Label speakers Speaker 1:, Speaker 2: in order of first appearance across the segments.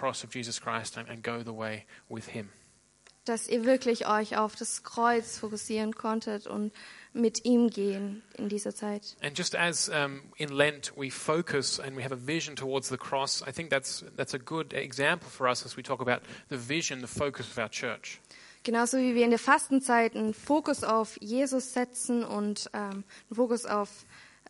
Speaker 1: cross of Jesus Christ and, and go the way with him.
Speaker 2: dass ihr wirklich euch auf das Kreuz fokussieren konntet und mit ihm gehen in dieser Zeit.
Speaker 1: And just as um, in Lent we focus and we have a vision towards the cross, I think that's, that's a good example for us as we talk about the vision, the focus of our church.
Speaker 2: Genauso wie wir in der Fastenzeit einen Fokus auf Jesus setzen und ähm, einen Fokus auf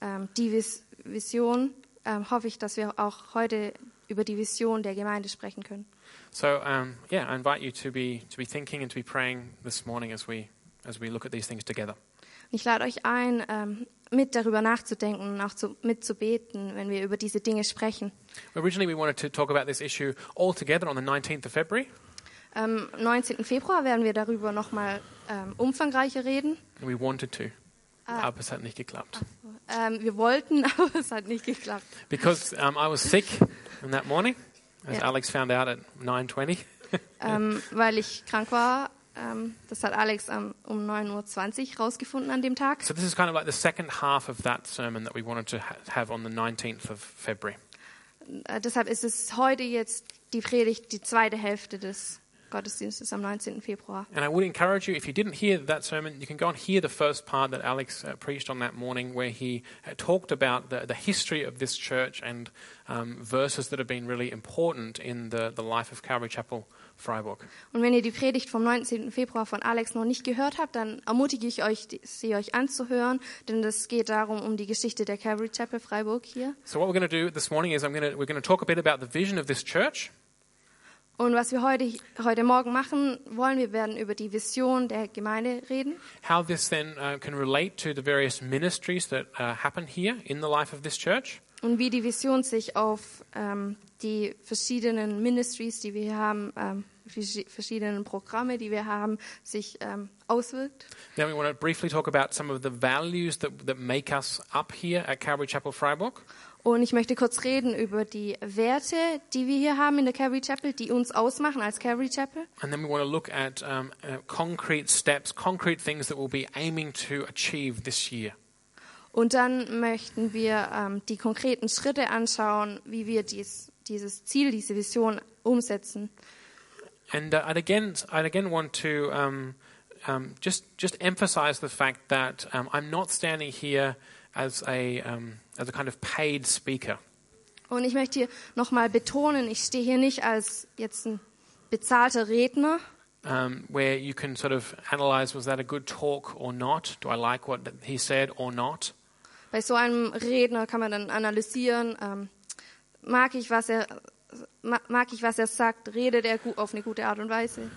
Speaker 2: ähm, die Vis Vision, ähm, hoffe ich, dass wir auch heute über die Vision der Gemeinde sprechen können.
Speaker 1: So um, yeah, I invite you to be to be thinking and to be praying this morning as we as we look at these things together.
Speaker 2: Und ich lade euch ein, ähm, mit darüber nachzudenken und auch zu, mitzubeten, wenn wir über diese Dinge sprechen.
Speaker 1: Originally, we wanted to talk about this issue altogether on the 19th of February,
Speaker 2: Am 19. Februar werden wir darüber nochmal ähm, umfangreicher reden.
Speaker 1: and we wanted to. Aber es hat nicht geklappt.
Speaker 2: Ähm, wir wollten, aber es hat nicht geklappt.
Speaker 1: Because um, I was sick on that morning, as
Speaker 2: Yeah.
Speaker 1: Alex found out at 9.20.
Speaker 2: Ähm, weil ich krank war. Ähm, das hat Alex am, um 9.20 Uhr rausgefunden an dem Tag.
Speaker 1: So this is kind of like the second half of that sermon that we wanted to ha- have on the 19th of February.
Speaker 2: Äh, deshalb ist es heute jetzt die Predigt, die zweite Hälfte des Gottesdienstes am 19. Februar.
Speaker 1: And I would encourage you, if you didn't hear that sermon, you can go and hear the first part that Alex uh, preached on that morning, where he uh, talked about the, the history of this church and um, verses that have been really important in the, the life of Calvary Chapel Freiburg.
Speaker 2: Und wenn ihr die Predigt vom 19. Februar von Alex noch nicht gehört habt, dann ermutige ich euch, die- sie euch anzuhören, denn es geht darum, um die Geschichte der Calvary Chapel Freiburg hier.
Speaker 1: So what we're going to do this morning is I'm going to, we're going to talk a bit about the vision of this church,
Speaker 2: Und was wir heute, heute Morgen machen wollen, wir werden über die Vision der Gemeinde reden.
Speaker 1: how this then uh, can relate to the various ministries that uh, happen here in the life of this church.
Speaker 2: Und wie die Vision sich auf ähm, die verschiedenen Ministries, die wir hier haben, ähm, die verschiedenen Programme, die wir haben, sich ähm, auswirkt.
Speaker 1: Then we want to briefly talk about some of the values that, that make us up here at Calvary Chapel Freiburg.
Speaker 2: Und ich möchte kurz reden über die Werte, die wir hier haben in der Calvary Chapel, die uns ausmachen als Calvary Chapel.
Speaker 1: And then we want to look at um, uh, concrete steps, concrete things that we'll be aiming to achieve this year.
Speaker 2: Und dann möchten wir ähm, die konkreten Schritte anschauen, wie wir dies, dieses Ziel, diese Vision umsetzen.
Speaker 1: And uh, I'd again, I'd again want to um, um, just just emphasize the fact that um, I'm not standing here as a um, as a kind of paid speaker.
Speaker 2: Und ich möchte hier nochmal betonen, ich stehe hier nicht als jetzt ein bezahlter Redner,
Speaker 1: Um, where you can sort of analyze was that a good talk or not? Do I like what he said or not?
Speaker 2: Bei so einem Redner kann man dann analysieren, ähm, mag, ich, was er, ma- mag ich, was er sagt, redet er gu- auf eine gute Art und Weise.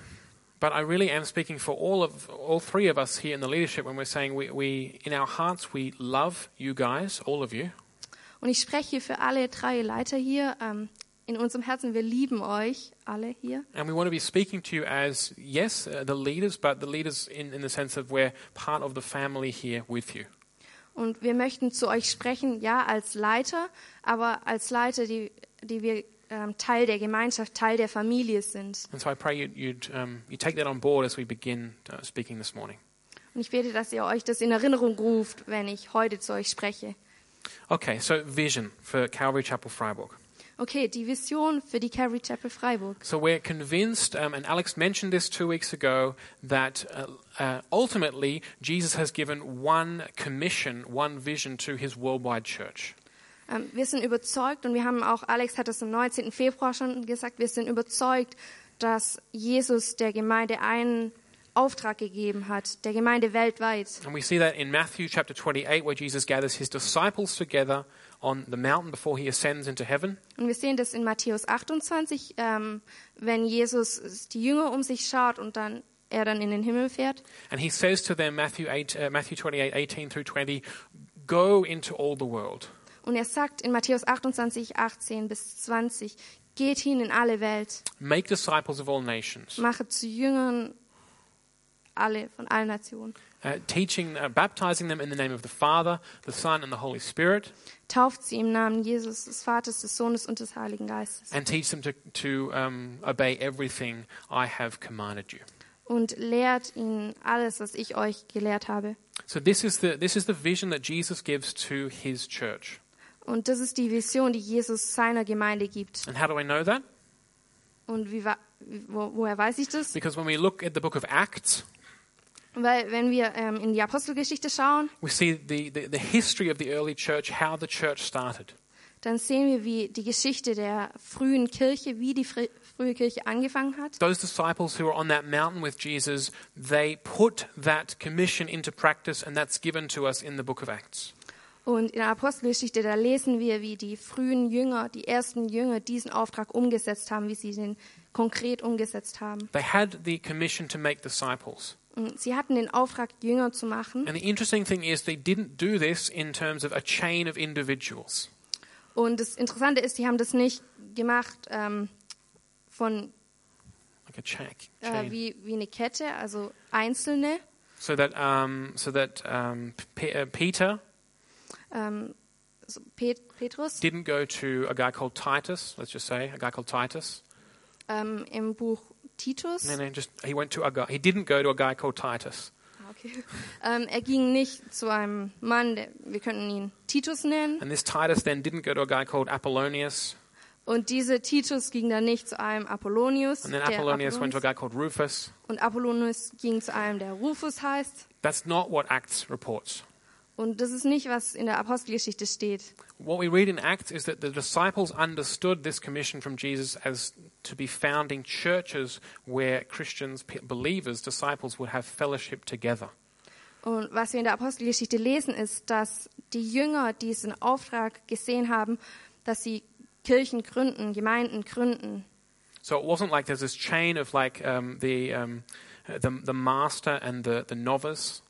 Speaker 1: But I really am speaking for all of all three of us here in the leadership when we're saying we, we in our hearts we love you guys, all of you.
Speaker 2: Und ich spreche hier für alle drei Leiter hier. Ähm, in unserem Herzen, wir lieben euch alle hier.
Speaker 1: And we want to be speaking to you as, yes, uh, the leaders, but the leaders in, in the sense of we're part of the family here with you.
Speaker 2: Und wir möchten zu euch sprechen, ja, als Leiter, aber als Leiter, die, die wir ähm, Teil der Gemeinschaft, Teil der Familie sind.
Speaker 1: And so I pray you'd, you'd um, you take that on board as we begin uh, speaking this morning.
Speaker 2: Und ich bete, dass ihr euch das in Erinnerung ruft, wenn ich heute zu euch spreche.
Speaker 1: Okay, so vision for Calvary Chapel Freiburg.
Speaker 2: Okay, die Vision für die Calvary Chapel Freiburg.
Speaker 1: So we're convinced, um, and Alex mentioned this two weeks ago, that uh, uh, ultimately Jesus has given one commission, one vision to his worldwide church.
Speaker 2: Ähm, wir sind überzeugt und wir haben auch, Alex hat es am 19. Februar schon gesagt, wir sind überzeugt, dass Jesus der Gemeinde einen Auftrag gegeben hat, der Gemeinde weltweit.
Speaker 1: And we see that in Matthew chapter 28, where Jesus gathers his disciples together on the mountain before he ascends into heaven.
Speaker 2: Und wir sehen das in Matthäus 28, ähm, wenn Jesus die Jünger um sich schaut und dann er dann in den Himmel fährt.
Speaker 1: And he says to them, Matthew, 8, uh, Matthew 28, 18 through 20, go into all the world.
Speaker 2: Und er sagt in Matthäus 28, 18 bis 20, geht hin in alle Welt,
Speaker 1: Make disciples of all nations,
Speaker 2: mache zu Jüngern alle von allen Nationen.
Speaker 1: uh, teaching, uh, baptizing them in the name of the Father, the Son, and the Holy Spirit,
Speaker 2: Tauft sie im Namen Jesus, des Vaters, des Sohnes und des Heiligen Geistes.
Speaker 1: and teach them to, to um, obey everything I have commanded you.
Speaker 2: und lehrt ihnen alles, was ich euch gelehrt habe.
Speaker 1: So this is the, this is the vision that Jesus gives to his church.
Speaker 2: Und das ist die Vision, die Jesus seiner Gemeinde gibt.
Speaker 1: And how do I know that?
Speaker 2: Und wie, wa- wo, woher weiß ich das?
Speaker 1: Because when we look at the book of Acts,
Speaker 2: Weil wenn wir ähm, in die Apostelgeschichte schauen,
Speaker 1: we see the, the, the history of the early church, how the church started.
Speaker 2: dann sehen wir, wie die Geschichte der frühen Kirche, wie die fri- frühe Kirche angefangen hat.
Speaker 1: Those disciples who were on that mountain with Jesus, they put that commission into practice, and that's given to us in the book of Acts.
Speaker 2: Und in der Apostelgeschichte, da lesen wir, wie die frühen Jünger, die ersten Jünger diesen Auftrag umgesetzt haben, wie sie den konkret umgesetzt haben.
Speaker 1: They had the commission to make disciples.
Speaker 2: Und Ähm, sie hatten den Auftrag, Jünger zu machen.
Speaker 1: And the interesting thing is, they didn't do this in terms of a chain of individuals.
Speaker 2: Und das Interessante ist, sie haben das nicht gemacht ähm, von
Speaker 1: Like a check,
Speaker 2: äh,
Speaker 1: chain.
Speaker 2: wie, wie eine Kette, also Einzelne.
Speaker 1: so that, um, so that um, P- uh, Peter
Speaker 2: Ähm, so Pet Petrus
Speaker 1: didn't go to a guy called Titus, let's just say, a guy called Titus.
Speaker 2: ähm, im Buch Titus.
Speaker 1: No, no, just he went to a guy. He didn't go to a guy called Titus.
Speaker 2: Ah, Okay. Ähm, er ging nicht zu einem Mann, der, wir könnten ihn Titus nennen.
Speaker 1: And this Titus then didn't go to a guy called Apollonius.
Speaker 2: Und diese Titus ging dann nicht zu einem Apollonius.
Speaker 1: And then
Speaker 2: der
Speaker 1: Apollonius went to a guy
Speaker 2: Apollonius-
Speaker 1: called Rufus.
Speaker 2: und Apollonius ging zu einem, der Rufus heißt.
Speaker 1: That's not what Acts reports.
Speaker 2: Und das ist nicht, was in der Apostelgeschichte steht.
Speaker 1: What we read in Acts is that the disciples understood this commission from Jesus as to be founding churches where Christians, pe- believers, disciples would have fellowship together.
Speaker 2: Und was wir in der Apostelgeschichte lesen, ist, dass die Jünger diesen Auftrag gesehen haben, dass sie Kirchen gründen, Gemeinden gründen.
Speaker 1: So it wasn't like there's this chain of like um, the, um, uh, the the master and the, the novice.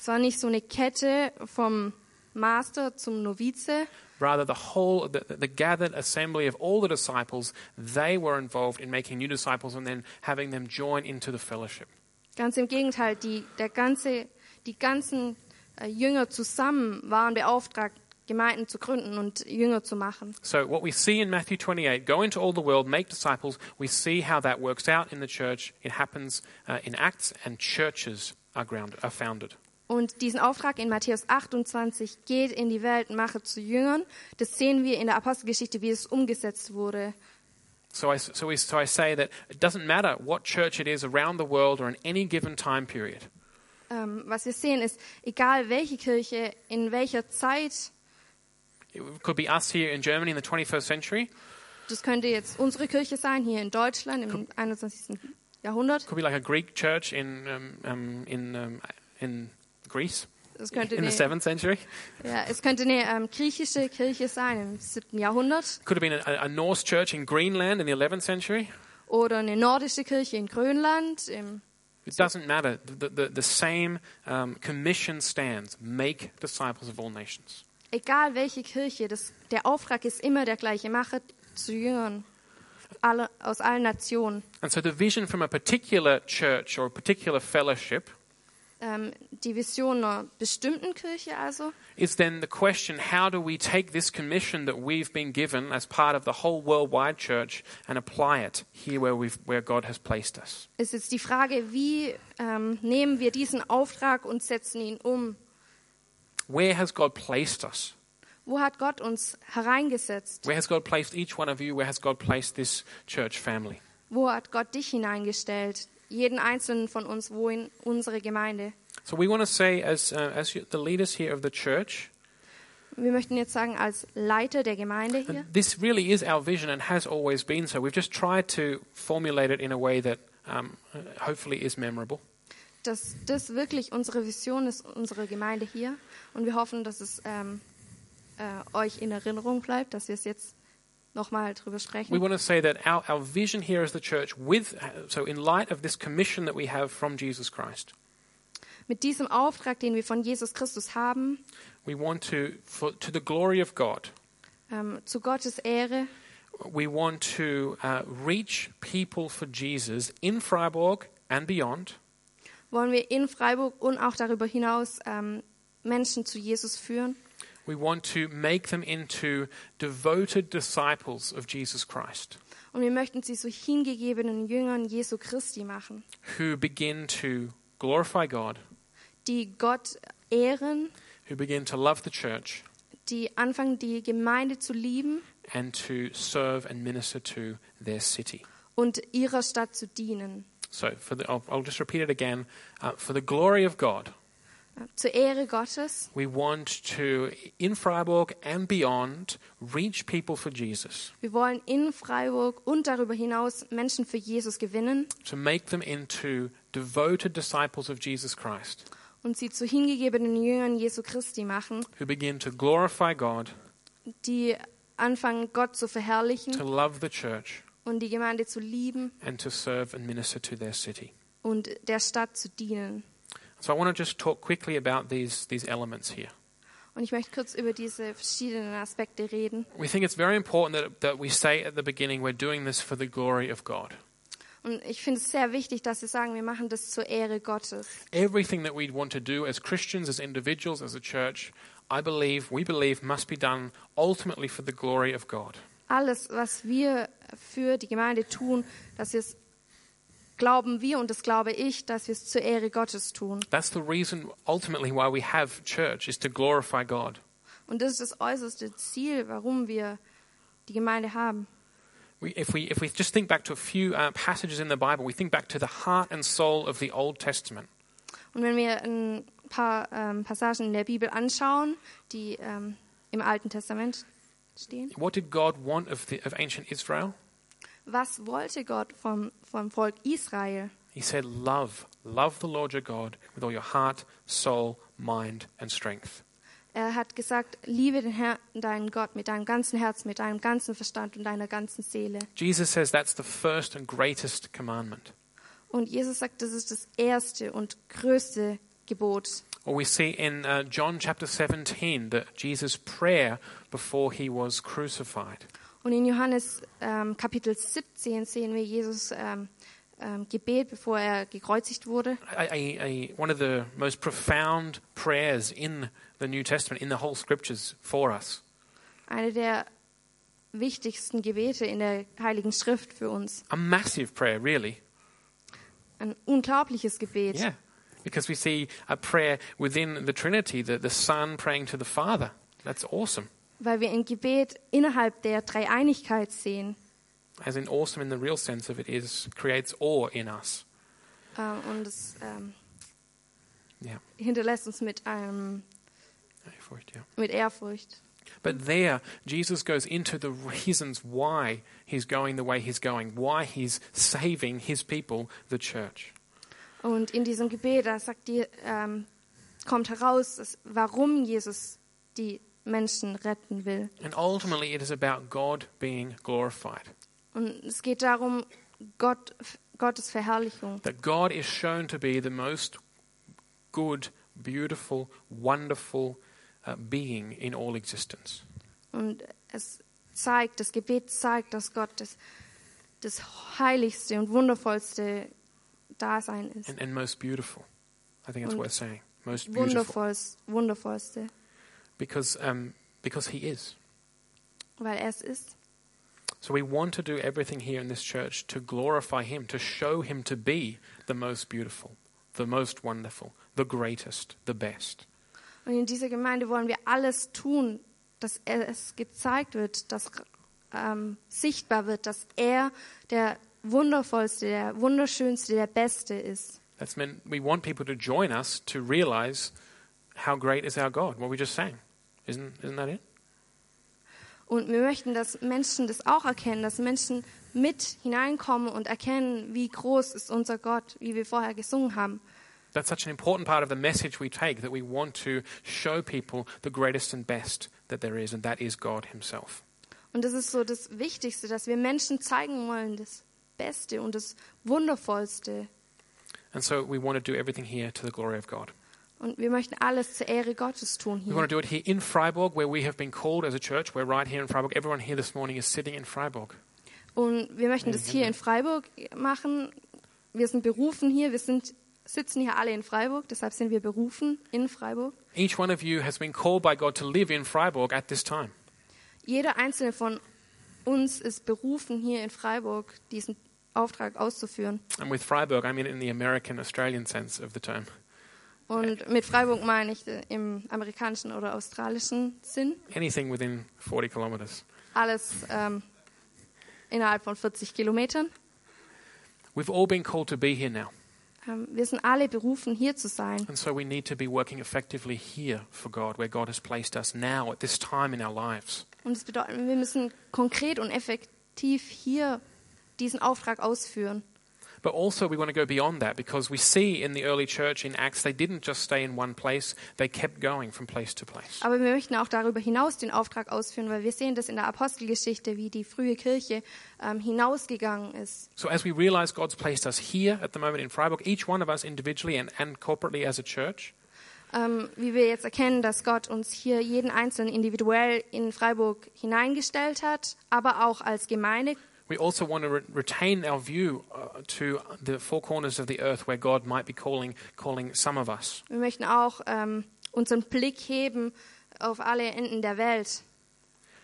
Speaker 2: Es war nicht so eine Kette vom Master zum Novize,
Speaker 1: Rather, the whole, the, the gathered assembly of all the disciples, they were involved in making new disciples and then having them join into the fellowship.
Speaker 2: Ganz im Gegenteil, die, der ganze, die ganzen äh, Jünger zusammen waren beauftragt, Gemeinden zu gründen und Jünger zu machen.
Speaker 1: So, what we see in Matthew 28, go into all the world, make disciples, we see how that works out in the church. It happens uh, in Acts, and churches are, grounded, are founded.
Speaker 2: Und diesen Auftrag in Matthäus 28, geht in die Welt, mache zu Jüngern, das sehen wir in der Apostelgeschichte, wie es umgesetzt wurde.
Speaker 1: So I, s- so, we, so I say that it doesn't matter what church it is around the world or in any given time period.
Speaker 2: Ähm, was wir sehen ist, egal welche Kirche, in welcher Zeit,
Speaker 1: It could be us here in Germany in the 21st century,
Speaker 2: das könnte jetzt unsere Kirche sein, hier in Deutschland im 21. Jahrhundert,
Speaker 1: could be like a Greek church in, um, um, in, um, in Greece.
Speaker 2: es könnte
Speaker 1: in the
Speaker 2: eine,
Speaker 1: seventh century.
Speaker 2: ja, es könnte eine ähm, griechische Kirche sein im 7. Jahrhundert.
Speaker 1: Could have been a, a Norse church in Greenland in the eleventh century.
Speaker 2: oder eine nordische Kirche in Grönland. Im,
Speaker 1: It doesn't matter. The, the, the same um, commission stands: make disciples of all nations.
Speaker 2: egal welche Kirche, das, der Auftrag ist immer der gleiche, mache zu Jüngern alle, aus allen Nationen.
Speaker 1: And so, the vision from a particular church or a particular fellowship
Speaker 2: Ähm, die Vision einer bestimmten Kirche also.
Speaker 1: is then the question: How do we take this commission that we've been given as part of the whole worldwide church and apply it here where we've where God has placed us?
Speaker 2: Ist jetzt die Frage, wie ähm, nehmen wir diesen Auftrag und setzen ihn um?
Speaker 1: Where has God placed us?
Speaker 2: Wo hat Gott uns hereingesetzt?
Speaker 1: Where has God placed each one of you? Where has God placed this church family?
Speaker 2: Wo hat Gott dich hineingestellt? Jeden einzelnen von uns, wo in unsere Gemeinde?
Speaker 1: So we want to say, as, uh, as you, the leaders here of the church,
Speaker 2: Wir möchten jetzt sagen, als Leiter der Gemeinde hier.
Speaker 1: and uh, this really is our vision and has always been so. We've just tried to formulate it in a way that um, hopefully is memorable.
Speaker 2: dass das wirklich unsere Vision ist, unsere Gemeinde hier. Und wir hoffen, dass es ähm, äh, euch in Erinnerung bleibt, dass wir es jetzt nochmal drüber
Speaker 1: We
Speaker 2: sprechen.
Speaker 1: want to say that our, our vision here as the church, with uh, so in light of this commission that we have from Jesus Christ,
Speaker 2: Mit diesem Auftrag, den wir von Jesus Christus haben,
Speaker 1: we want to, for, to the glory of God,
Speaker 2: ähm, zu Gottes Ehre,
Speaker 1: we want to uh, reach people for Jesus in Freiburg and beyond.
Speaker 2: wollen wir in Freiburg und auch darüber hinaus ähm, Menschen zu Jesus führen.
Speaker 1: We want to make them into devoted disciples of Jesus Christ.
Speaker 2: Und wir möchten sie so hingegebenen Jüngern Jesu Christi machen,
Speaker 1: who begin to glorify God,
Speaker 2: die Gott ehren,
Speaker 1: who begin to love the church,
Speaker 2: die anfangen, die Gemeinde zu lieben
Speaker 1: and to serve and minister to their city.
Speaker 2: und ihrer Stadt zu dienen.
Speaker 1: So for the, I'll, I'll just repeat it again. Uh, for the glory of God,
Speaker 2: Zur Ehre Gottes
Speaker 1: we want to, in Freiburg and beyond, reach people for Jesus,
Speaker 2: Wir wollen in Freiburg und darüber hinaus Menschen für Jesus gewinnen
Speaker 1: to make them into devoted disciples of Jesus Christ
Speaker 2: und sie zu hingegebenen Jüngern Jesu Christi machen,
Speaker 1: who begin to glorify God,
Speaker 2: die anfangen, Gott zu
Speaker 1: to
Speaker 2: verherrlichen
Speaker 1: love the church,
Speaker 2: und die Gemeinde zu lieben
Speaker 1: and to serve and minister to their city.
Speaker 2: und der Stadt zu dienen.
Speaker 1: So I want to just talk quickly about these, these elements here.
Speaker 2: Und ich möchte kurz über diese verschiedenen Aspekte reden.
Speaker 1: We think it's very important that, that we say at the beginning we're doing this for the glory of God.
Speaker 2: Und ich finde es sehr wichtig, dass wir sagen, wir machen das zur Ehre Gottes.
Speaker 1: Everything that we want to do as Christians, as individuals, as a church, I believe, we believe, must be done ultimately for the glory of God.
Speaker 2: Alles, was wir für die Gemeinde tun, dass wir es glauben wir und das glaube ich, dass wir es zur Ehre Gottes tun.
Speaker 1: That's the reason ultimately why we have church, is to glorify God.
Speaker 2: Und das ist das äußerste Ziel, warum wir die Gemeinde haben.
Speaker 1: We, if, we, if we just think back to a few uh, passages in the Bible, we think back to the heart and soul of the Old Testament.
Speaker 2: Und wenn wir ein paar ähm, Passagen in der Bibel anschauen, die ähm, im Alten Testament stehen,
Speaker 1: What did God want of, the, of ancient Israel?
Speaker 2: was wollte Gott vom, vom Volk Israel?
Speaker 1: He said, Love, love the Lord your God with all your heart, soul, mind, and strength.
Speaker 2: Er hat gesagt, liebe den Herrn, deinen Gott, mit deinem ganzen Herz, mit deinem ganzen Verstand und deiner ganzen Seele.
Speaker 1: Jesus says that's the first and greatest commandment.
Speaker 2: Und Jesus sagt, das ist das erste und größte Gebot.
Speaker 1: Or we see in uh, John chapter 17 that Jesus' prayer before he was crucified.
Speaker 2: Und in Johannes ähm, Kapitel 17 sehen wir Jesus ähm, ähm, Gebet, bevor er gekreuzigt wurde.
Speaker 1: A, a, a, one of the most profound prayers in the New Testament, in the whole scriptures for us.
Speaker 2: Eine der wichtigsten Gebete in der Heiligen Schrift für uns.
Speaker 1: A massive prayer, really.
Speaker 2: Ein unglaubliches Gebet.
Speaker 1: Yeah. Because we see a prayer within the Trinity, the, the Son praying to the Father. That's awesome.
Speaker 2: Weil wir ein Gebet innerhalb der Dreieinigkeit sehen.
Speaker 1: as in awesome in the real sense of it is creates awe in us.
Speaker 2: Ähm, und es ähm,
Speaker 1: Yeah.
Speaker 2: hinterlässt uns mit, einem,
Speaker 1: Ehrfurcht, yeah.
Speaker 2: mit Ehrfurcht.
Speaker 1: But there, Jesus goes into the reasons why he's going the way he's going, why he's saving his people, the church.
Speaker 2: Und in diesem Gebet, da sagt die, ähm, kommt heraus, dass, warum Jesus die Menschen retten will.
Speaker 1: And ultimately, it is about God being glorified.
Speaker 2: Und es geht darum, Gott, Gottes Verherrlichung.
Speaker 1: That God is shown to be the most good, beautiful, wonderful uh, being in all existence.
Speaker 2: Und es zeigt, das Gebet zeigt, dass Gott das, das heiligste und wundervollste Dasein ist.
Speaker 1: And, and most beautiful. I think that's
Speaker 2: Und
Speaker 1: worth saying. Most beautiful.
Speaker 2: Wundervollst, wundervollste,
Speaker 1: Because, um, because he is.
Speaker 2: weil er es ist.
Speaker 1: So we want to do everything here in this church to glorify Him, to show Him to be the most beautiful, the most wonderful, the greatest, the best.
Speaker 2: Und in dieser Gemeinde wollen wir alles tun, dass er- es gezeigt wird, dass ähm, sichtbar wird, dass er der wundervollste, der wunderschönste, der beste ist.
Speaker 1: That's meant we want people to join us to realize how great is our God. What we just sang, isn't isn't that it?
Speaker 2: Und wir möchten, dass Menschen das auch erkennen, dass Menschen mit hineinkommen und erkennen, wie groß ist unser Gott, wie wir vorher gesungen haben.
Speaker 1: That's such an important part of the message we take that we want to show people the greatest and best that there is, and that is God Himself.
Speaker 2: Und das ist so das Wichtigste, dass wir Menschen zeigen wollen, das Beste und das Wundervollste.
Speaker 1: And so we want to do everything here to the glory of God.
Speaker 2: Und wir möchten alles zur Ehre Gottes tun
Speaker 1: We
Speaker 2: hier.
Speaker 1: want to do it here in Freiburg, where we have been called as a church. We're right here in Freiburg. Everyone here this morning is sitting in Freiburg.
Speaker 2: Und wir möchten das hier in Freiburg machen. Wir sind berufen hier, wir sind, sitzen hier alle in Freiburg, deshalb sind wir berufen in Freiburg.
Speaker 1: Each one of you has been called by God to live in Freiburg at this time.
Speaker 2: Jeder einzelne von uns ist berufen, hier in Freiburg diesen Auftrag auszuführen.
Speaker 1: And with Freiburg, I mean it in the American Australian sense of the term.
Speaker 2: Und mit Freiburg meine ich äh, im amerikanischen oder australischen Sinn
Speaker 1: Anything within 40 kilometers.
Speaker 2: alles ähm, innerhalb von 40 Kilometern.
Speaker 1: We've all been called to be here now.
Speaker 2: Ähm, wir sind alle berufen, hier zu sein.
Speaker 1: And so we need to be working effectively here for God, where God has placed us now at this time in our lives.
Speaker 2: Und das bedeutet, wir müssen konkret und effektiv hier diesen Auftrag ausführen.
Speaker 1: But also, we want to go beyond that because we see in the early church in Acts, they didn't just stay in one place, they kept going from place to place.
Speaker 2: Aber wir möchten auch darüber hinaus den Auftrag ausführen, weil wir sehen das in der Apostelgeschichte, wie die frühe Kirche ähm, hinausgegangen ist.
Speaker 1: So, as we realize God's placed us here at the moment in Freiburg, each one of us individually and, and corporately as a church,
Speaker 2: Ähm, wie wir jetzt erkennen, dass Gott uns hier jeden Einzelnen individuell in Freiburg hineingestellt hat, aber auch als Gemeinde.
Speaker 1: we also want to re- retain our view uh, to the four corners of the earth where God might be calling, calling some of us.
Speaker 2: Wir möchten auch ähm, unseren Blick heben auf alle Enden der Welt,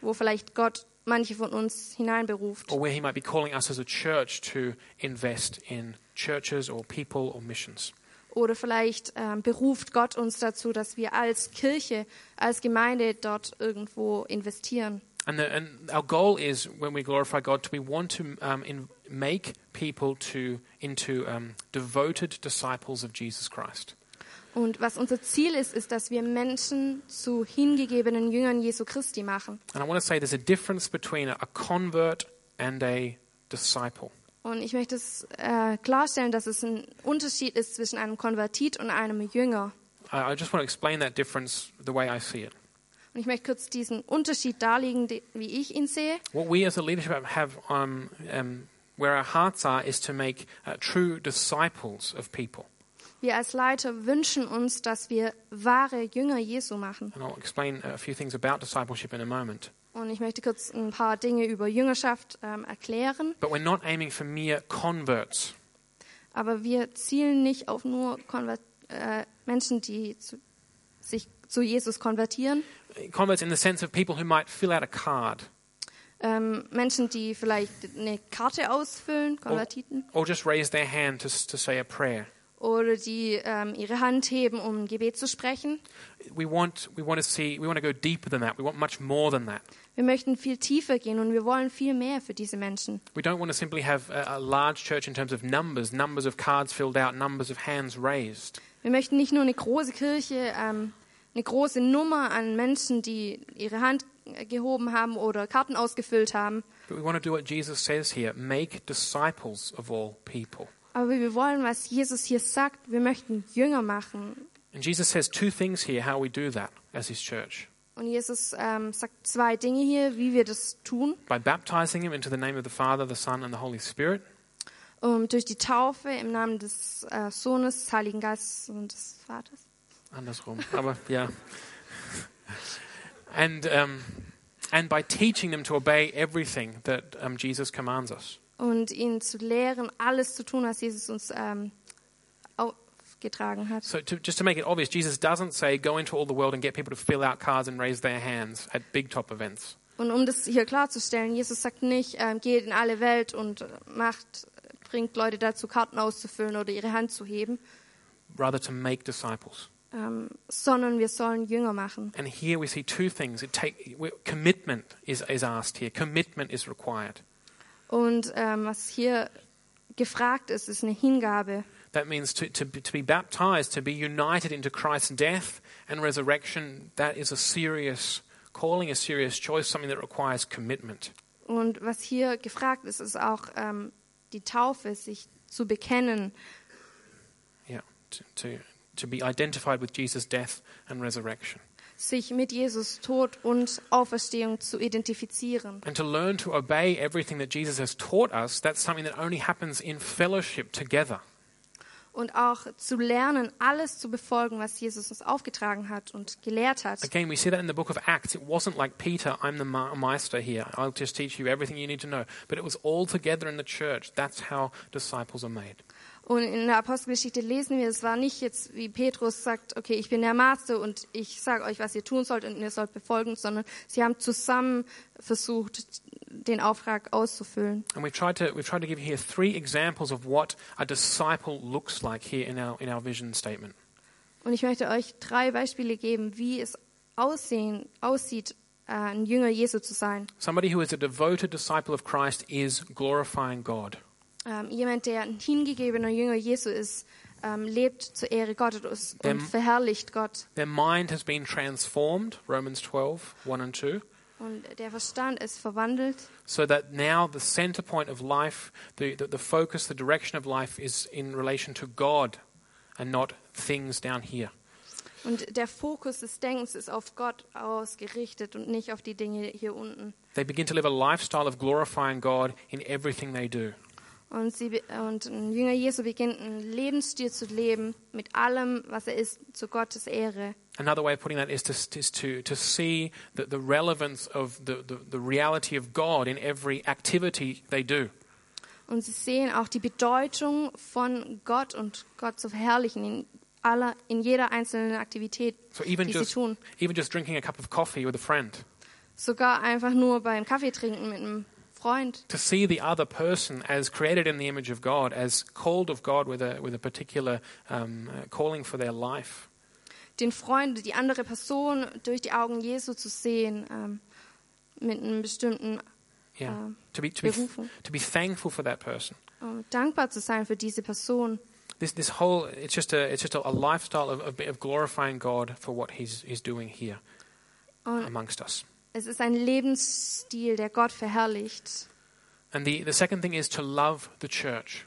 Speaker 2: wo vielleicht Gott manche von uns hineinberuft.
Speaker 1: or where he might be calling us as a church to invest in churches or people or missions.
Speaker 2: Oder vielleicht ähm, beruft Gott uns dazu, dass wir als Kirche, als Gemeinde dort irgendwo investieren.
Speaker 1: And, the, and our goal is when we glorify God, to we want to um, in, make people to into um, devoted disciples of Jesus Christ.
Speaker 2: Und was unser Ziel ist, ist, dass wir Menschen zu hingegebenen Jüngern Jesu Christi machen.
Speaker 1: And I want to say there's a difference between a, a convert and a disciple.
Speaker 2: Und ich möchte es äh, klarstellen, dass es ein Unterschied ist zwischen einem Konvertit und einem Jünger.
Speaker 1: I, I just want to explain that difference the way I see it.
Speaker 2: Und ich möchte kurz diesen Unterschied darlegen, de- wie ich ihn sehe.
Speaker 1: What we as a leadership have um, um, where our hearts are is to make uh, true disciples of people.
Speaker 2: Wir als Leiter wünschen uns, dass wir wahre Jünger Jesu machen.
Speaker 1: And I'll explain a few things about discipleship in a moment.
Speaker 2: Und ich möchte kurz ein paar Dinge über Jüngerschaft ähm, erklären.
Speaker 1: But we're not aiming for mere converts.
Speaker 2: Aber wir zielen nicht auf nur Konver äh, Menschen, die zu, sich zu Jesus konvertieren.
Speaker 1: Converts in the sense of people who might fill out a card
Speaker 2: Ähm, Menschen, die vielleicht eine Karte ausfüllen, Konvertiten,
Speaker 1: or just raise their hand to, s- to say a prayer.
Speaker 2: oder die ähm, ihre Hand heben, um ein Gebet zu sprechen.
Speaker 1: We want, we want to see, we want to go deeper than that. We want much more than that.
Speaker 2: Wir möchten viel tiefer gehen und wir wollen viel mehr für diese Menschen.
Speaker 1: We don't want to simply have a, a large church in terms of numbers, numbers of cards filled out, numbers of hands raised.
Speaker 2: Wir möchten nicht nur eine große Kirche, ähm, eine große Nummer an Menschen, die ihre Hand äh, gehoben haben oder Karten ausgefüllt haben,
Speaker 1: But we want to do what Jesus says here make disciples of all people.
Speaker 2: aber wir wollen, was Jesus hier sagt, wir möchten Jünger machen.
Speaker 1: And Jesus says two things here how we do that as his church
Speaker 2: Und Jesus ähm, sagt zwei Dinge hier, wie wir das tun.
Speaker 1: by baptizing him into the name of the Father, the Son, and the Holy Spirit.
Speaker 2: Ähm, durch die Taufe im Namen des äh, Sohnes, des Heiligen Geistes und des Vaters.
Speaker 1: Andersrum, aber ja. Oh, And, um, and by teaching them to obey everything that um, Jesus commands us.
Speaker 2: Und ihn zu lehren, alles zu tun, was Jesus uns ähm, aufgetragen hat.
Speaker 1: So, to, just to make it obvious, Jesus doesn't say go into all the world and get people to fill out cards and raise their hands at big top events.
Speaker 2: Und um das hier klarzustellen, Jesus sagt nicht, ähm, geht in alle Welt und äh, macht, bringt Leute dazu, Karten auszufüllen oder ihre Hand zu heben,
Speaker 1: Rather, to make disciples.
Speaker 2: ähm, sondern wir sollen Jünger machen.
Speaker 1: And here we see two things. It take, we- commitment is, is asked here, commitment is required.
Speaker 2: Und ähm, was hier gefragt ist, ist eine Hingabe.
Speaker 1: That means to, to, be- to be baptized, to be united into Christ's death and resurrection, that is a serious calling, a serious choice, something that requires commitment.
Speaker 2: Und was hier gefragt ist, ist auch ähm, die Taufe, sich zu bekennen
Speaker 1: Yeah, to, to, to be identified with Jesus' death and resurrection.
Speaker 2: sich mit Jesus Tod und Auferstehung zu identifizieren
Speaker 1: And to learn to obey everything that Jesus has taught us, that's something that only happens in fellowship together.
Speaker 2: und auch zu lernen, alles zu befolgen, was Jesus uns aufgetragen hat und gelehrt hat.
Speaker 1: Again, we see that in the book of Acts. It wasn't like Peter, I'm the ma- master here, I'll just teach you everything you need to know. But it was all together in the church. That's how disciples are made.
Speaker 2: Und in der Apostelgeschichte lesen wir, es war nicht jetzt wie Petrus sagt, okay, ich bin der Master und ich sage euch, was ihr tun sollt und ihr sollt befolgen, sondern sie haben zusammen versucht, den Auftrag auszufüllen.
Speaker 1: And we've tried to we've tried to give you here three examples of what a disciple looks like here in our in our vision statement.
Speaker 2: Und ich möchte euch drei Beispiele geben, wie es aussehen, aussieht, äh, ein Jünger Jesu zu sein.
Speaker 1: Somebody who is a devoted disciple of Christ is glorifying God.
Speaker 2: ähm, jemand, der ein hingegebener Jünger Jesu ist, ähm, lebt zur Ehre Gottes und
Speaker 1: Dem-
Speaker 2: verherrlicht Gott.
Speaker 1: Their mind has been transformed, Romans 12, 1 and 2,
Speaker 2: Und der Verstand ist verwandelt,
Speaker 1: so that now the center point of life, the, the, the focus, the direction of life is in relation to God and not things down here.
Speaker 2: Und der Fokus des Denkens ist auf Gott ausgerichtet und nicht auf die Dinge hier unten.
Speaker 1: They begin to live a lifestyle of glorifying God in everything they do.
Speaker 2: Und, sie, be- und ein Jünger Jesu beginnt einen Lebensstil zu leben, mit allem, was er ist, zu Gottes Ehre.
Speaker 1: Another way of putting that is to, is to, to see the, the relevance of the, the, the reality of God in every activity they do.
Speaker 2: Und sie sehen auch die Bedeutung von Gott und Gott zu verherrlichen in, aller, in jeder einzelnen Aktivität,
Speaker 1: So even
Speaker 2: die sie
Speaker 1: just,
Speaker 2: tun.
Speaker 1: even just drinking a cup of coffee with a friend,
Speaker 2: Sogar einfach nur beim Kaffee trinken mit einem Freund.
Speaker 1: to see the other person as created in the image of God, as called of God with a, with a particular um, uh, calling for their life.
Speaker 2: Den Freund, die andere Person durch die Augen Jesu zu sehen, ähm, mit einem bestimmten
Speaker 1: Yeah.
Speaker 2: Um,
Speaker 1: to, be, to, be,
Speaker 2: berufung.
Speaker 1: to be thankful for that person.
Speaker 2: ähm, dankbar zu sein für diese Person.
Speaker 1: This, this whole, it's just a, it's just a, a lifestyle of, of, of glorifying God for what he's, he's doing here
Speaker 2: Und
Speaker 1: amongst us.
Speaker 2: es ist ein Lebensstil, der Gott verherrlicht.
Speaker 1: And the, the second thing is to love the church.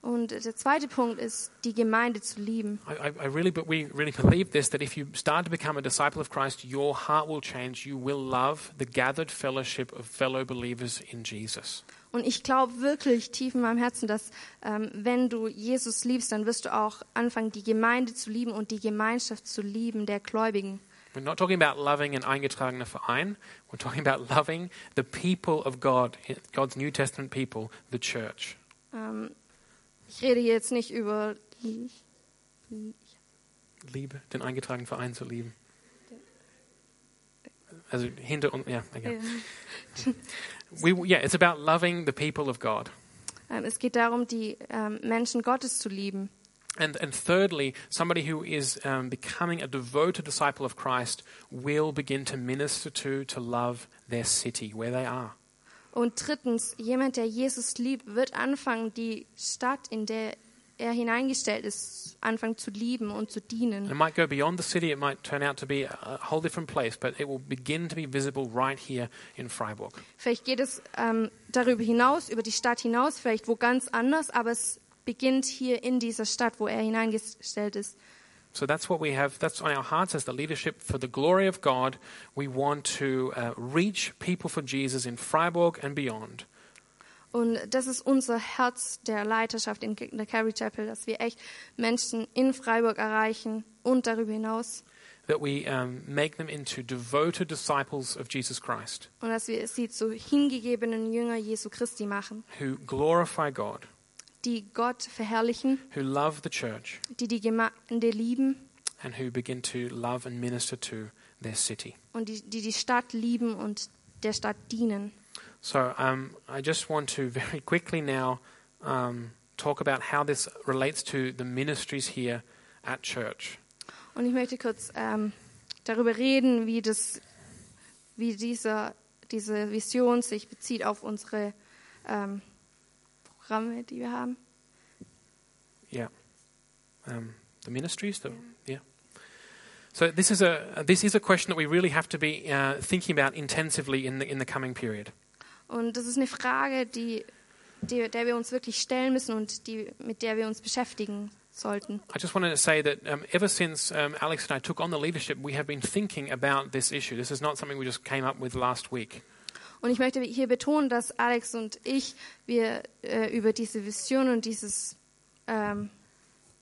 Speaker 2: Und der zweite Punkt ist, die Gemeinde zu lieben.
Speaker 1: I, I- I really, but we really believe this that if you start to become a disciple of Christ, your heart will change. You will love the gathered fellowship of fellow believers in Jesus.
Speaker 2: Und ich glaube wirklich tief in meinem Herzen, dass ähm, wenn du Jesus liebst, dann wirst du auch anfangen, die Gemeinde zu lieben und die Gemeinschaft zu lieben der Gläubigen.
Speaker 1: We're not talking about loving an eingetragener Verein. We're talking about loving the people of God, God's New Testament people, the church.
Speaker 2: Ähm, ich rede jetzt nicht über die- die-
Speaker 1: Liebe, den eingetragenen Verein zu lieben. Also hinter uns, ja,
Speaker 2: äh,
Speaker 1: okay. We, yeah, it's about loving the people of God.
Speaker 2: ähm, es geht darum, die ähm, Menschen Gottes zu lieben.
Speaker 1: And, and thirdly, somebody who is um, becoming a devoted disciple of Christ will begin to minister to, to love their city, where they are.
Speaker 2: Und drittens, jemand, der Jesus liebt, wird anfangen, die Stadt, in der er hineingestellt ist, anfangen zu lieben und zu
Speaker 1: It
Speaker 2: dienen.
Speaker 1: might go beyond the city, it might turn out to be a, a whole different place, but it will begin to be visible right here in Freiburg.
Speaker 2: Vielleicht geht es ähm, darüber hinaus, über die Stadt hinaus, vielleicht wo ganz anders, aber es beginnt hier in dieser Stadt, wo er hineingestellt ist.
Speaker 1: So that's what we have, that's on our hearts as the leadership for the glory of God. We want to uh, reach people for Jesus in Freiburg and beyond.
Speaker 2: Und das ist unser Herz der Leiterschaft in der Carrie Chapel, dass wir echt Menschen in Freiburg erreichen und darüber hinaus.
Speaker 1: That we um, make them into devoted disciples of Jesus Christ
Speaker 2: Und dass wir sie zu hingegebenen Jünger Jesu Christi machen,
Speaker 1: who glorify God,
Speaker 2: die Gott verherrlichen
Speaker 1: who love the church,
Speaker 2: die die Gemeinde lieben
Speaker 1: and who begin to love and minister to their city.
Speaker 2: und die die, die Stadt lieben und der Stadt dienen.
Speaker 1: So um, I just want to very quickly now um, talk about how this relates to the ministries here at church.
Speaker 2: Und ich möchte kurz ähm, darüber reden, wie, das, wie dieser, diese Vision sich bezieht auf unsere ähm, Programme, die wir haben.
Speaker 1: Yeah. Um, the ministries, the, yeah. So this is a this is a question that we really have to be uh, thinking about intensively in the in the coming period.
Speaker 2: Und das ist eine Frage, die, die, der wir uns wirklich stellen müssen und die, mit der wir uns beschäftigen sollten.
Speaker 1: I just wanted to say that um, ever since um, Alex and I took on the leadership, we have been thinking about this issue. This is not something we just came up with last week.
Speaker 2: Und ich möchte hier betonen, dass Alex und ich, wir äh, über diese Vision und dieses ähm,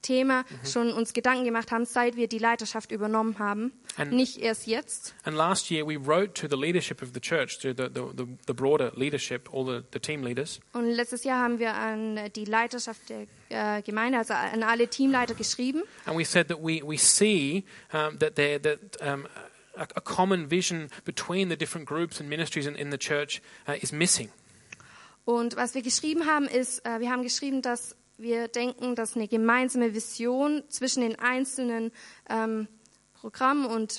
Speaker 2: Thema schon uns Gedanken gemacht haben, seit wir die Leiterschaft übernommen haben.
Speaker 1: Ein-
Speaker 2: Nicht erst jetzt.
Speaker 1: And last year, we wrote to the leadership of the church, to the, the, the, the broader leadership, all the, the team leaders,
Speaker 2: Und letztes Jahr haben wir an die Leiterschaft der äh, Gemeinde, also an alle Teamleiter geschrieben.
Speaker 1: and we said that we, we see um, that there that um, a, a common vision between the different groups and ministries in, in the church uh, is missing.
Speaker 2: Und was wir geschrieben haben, ist, äh, wir haben geschrieben, dass wir denken, dass eine gemeinsame Vision zwischen den einzelnen ähm, Programm und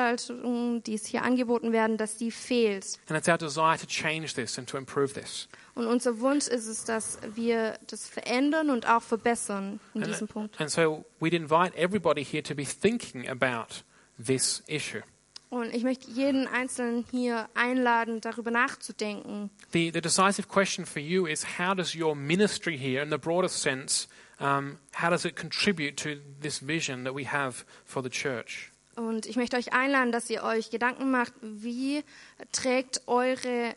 Speaker 2: Veranstaltungen, die es hier angeboten werden, dass die fehlt.
Speaker 1: And it's our desire to change this and to improve this.
Speaker 2: Und unser Wunsch ist es, dass wir das verändern und auch verbessern in
Speaker 1: And,
Speaker 2: diesem
Speaker 1: uh,
Speaker 2: Punkt.
Speaker 1: and so we'd invite everybody here to be thinking about this issue.
Speaker 2: Und ich möchte jeden Einzelnen hier einladen, darüber nachzudenken.
Speaker 1: The, the decisive question for you is how does your ministry here, in the broadest sense, um, how does it contribute to this vision that we have for the church?
Speaker 2: Und ich möchte euch einladen, dass ihr euch Gedanken macht, wie trägt eure,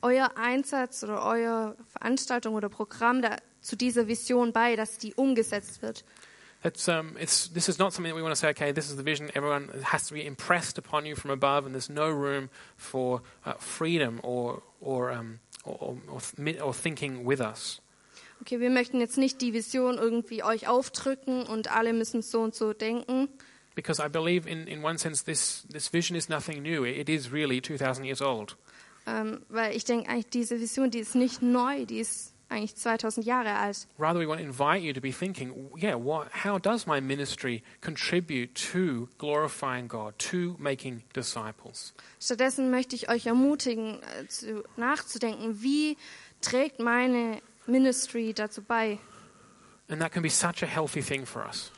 Speaker 2: euer Einsatz oder eure Veranstaltung oder Programm da, zu dieser Vision bei, dass die umgesetzt wird.
Speaker 1: It's, um, it's, this is not something that we want to say, okay, this is the vision, everyone has to be impressed upon you from above, and there's no room for uh, freedom or, or, um, or, or, or, th- or thinking with us.
Speaker 2: Okay, wir möchten jetzt nicht die Vision irgendwie euch aufdrücken und alle müssen so und so denken.
Speaker 1: Because I believe, in, in one sense, this, this vision is nothing new. It is really 2,000 years old.
Speaker 2: Ähm, weil ich denke eigentlich, diese Vision, die ist nicht neu, die ist eigentlich 2000 Jahre alt.
Speaker 1: Rather, we want to invite you to be thinking, yeah, what, how does my ministry contribute to glorifying God, to making disciples?
Speaker 2: Stattdessen möchte ich euch ermutigen, äh, zu, nachzudenken, wie trägt meine Ministry dazu bei?
Speaker 1: And that can be such a healthy thing for us.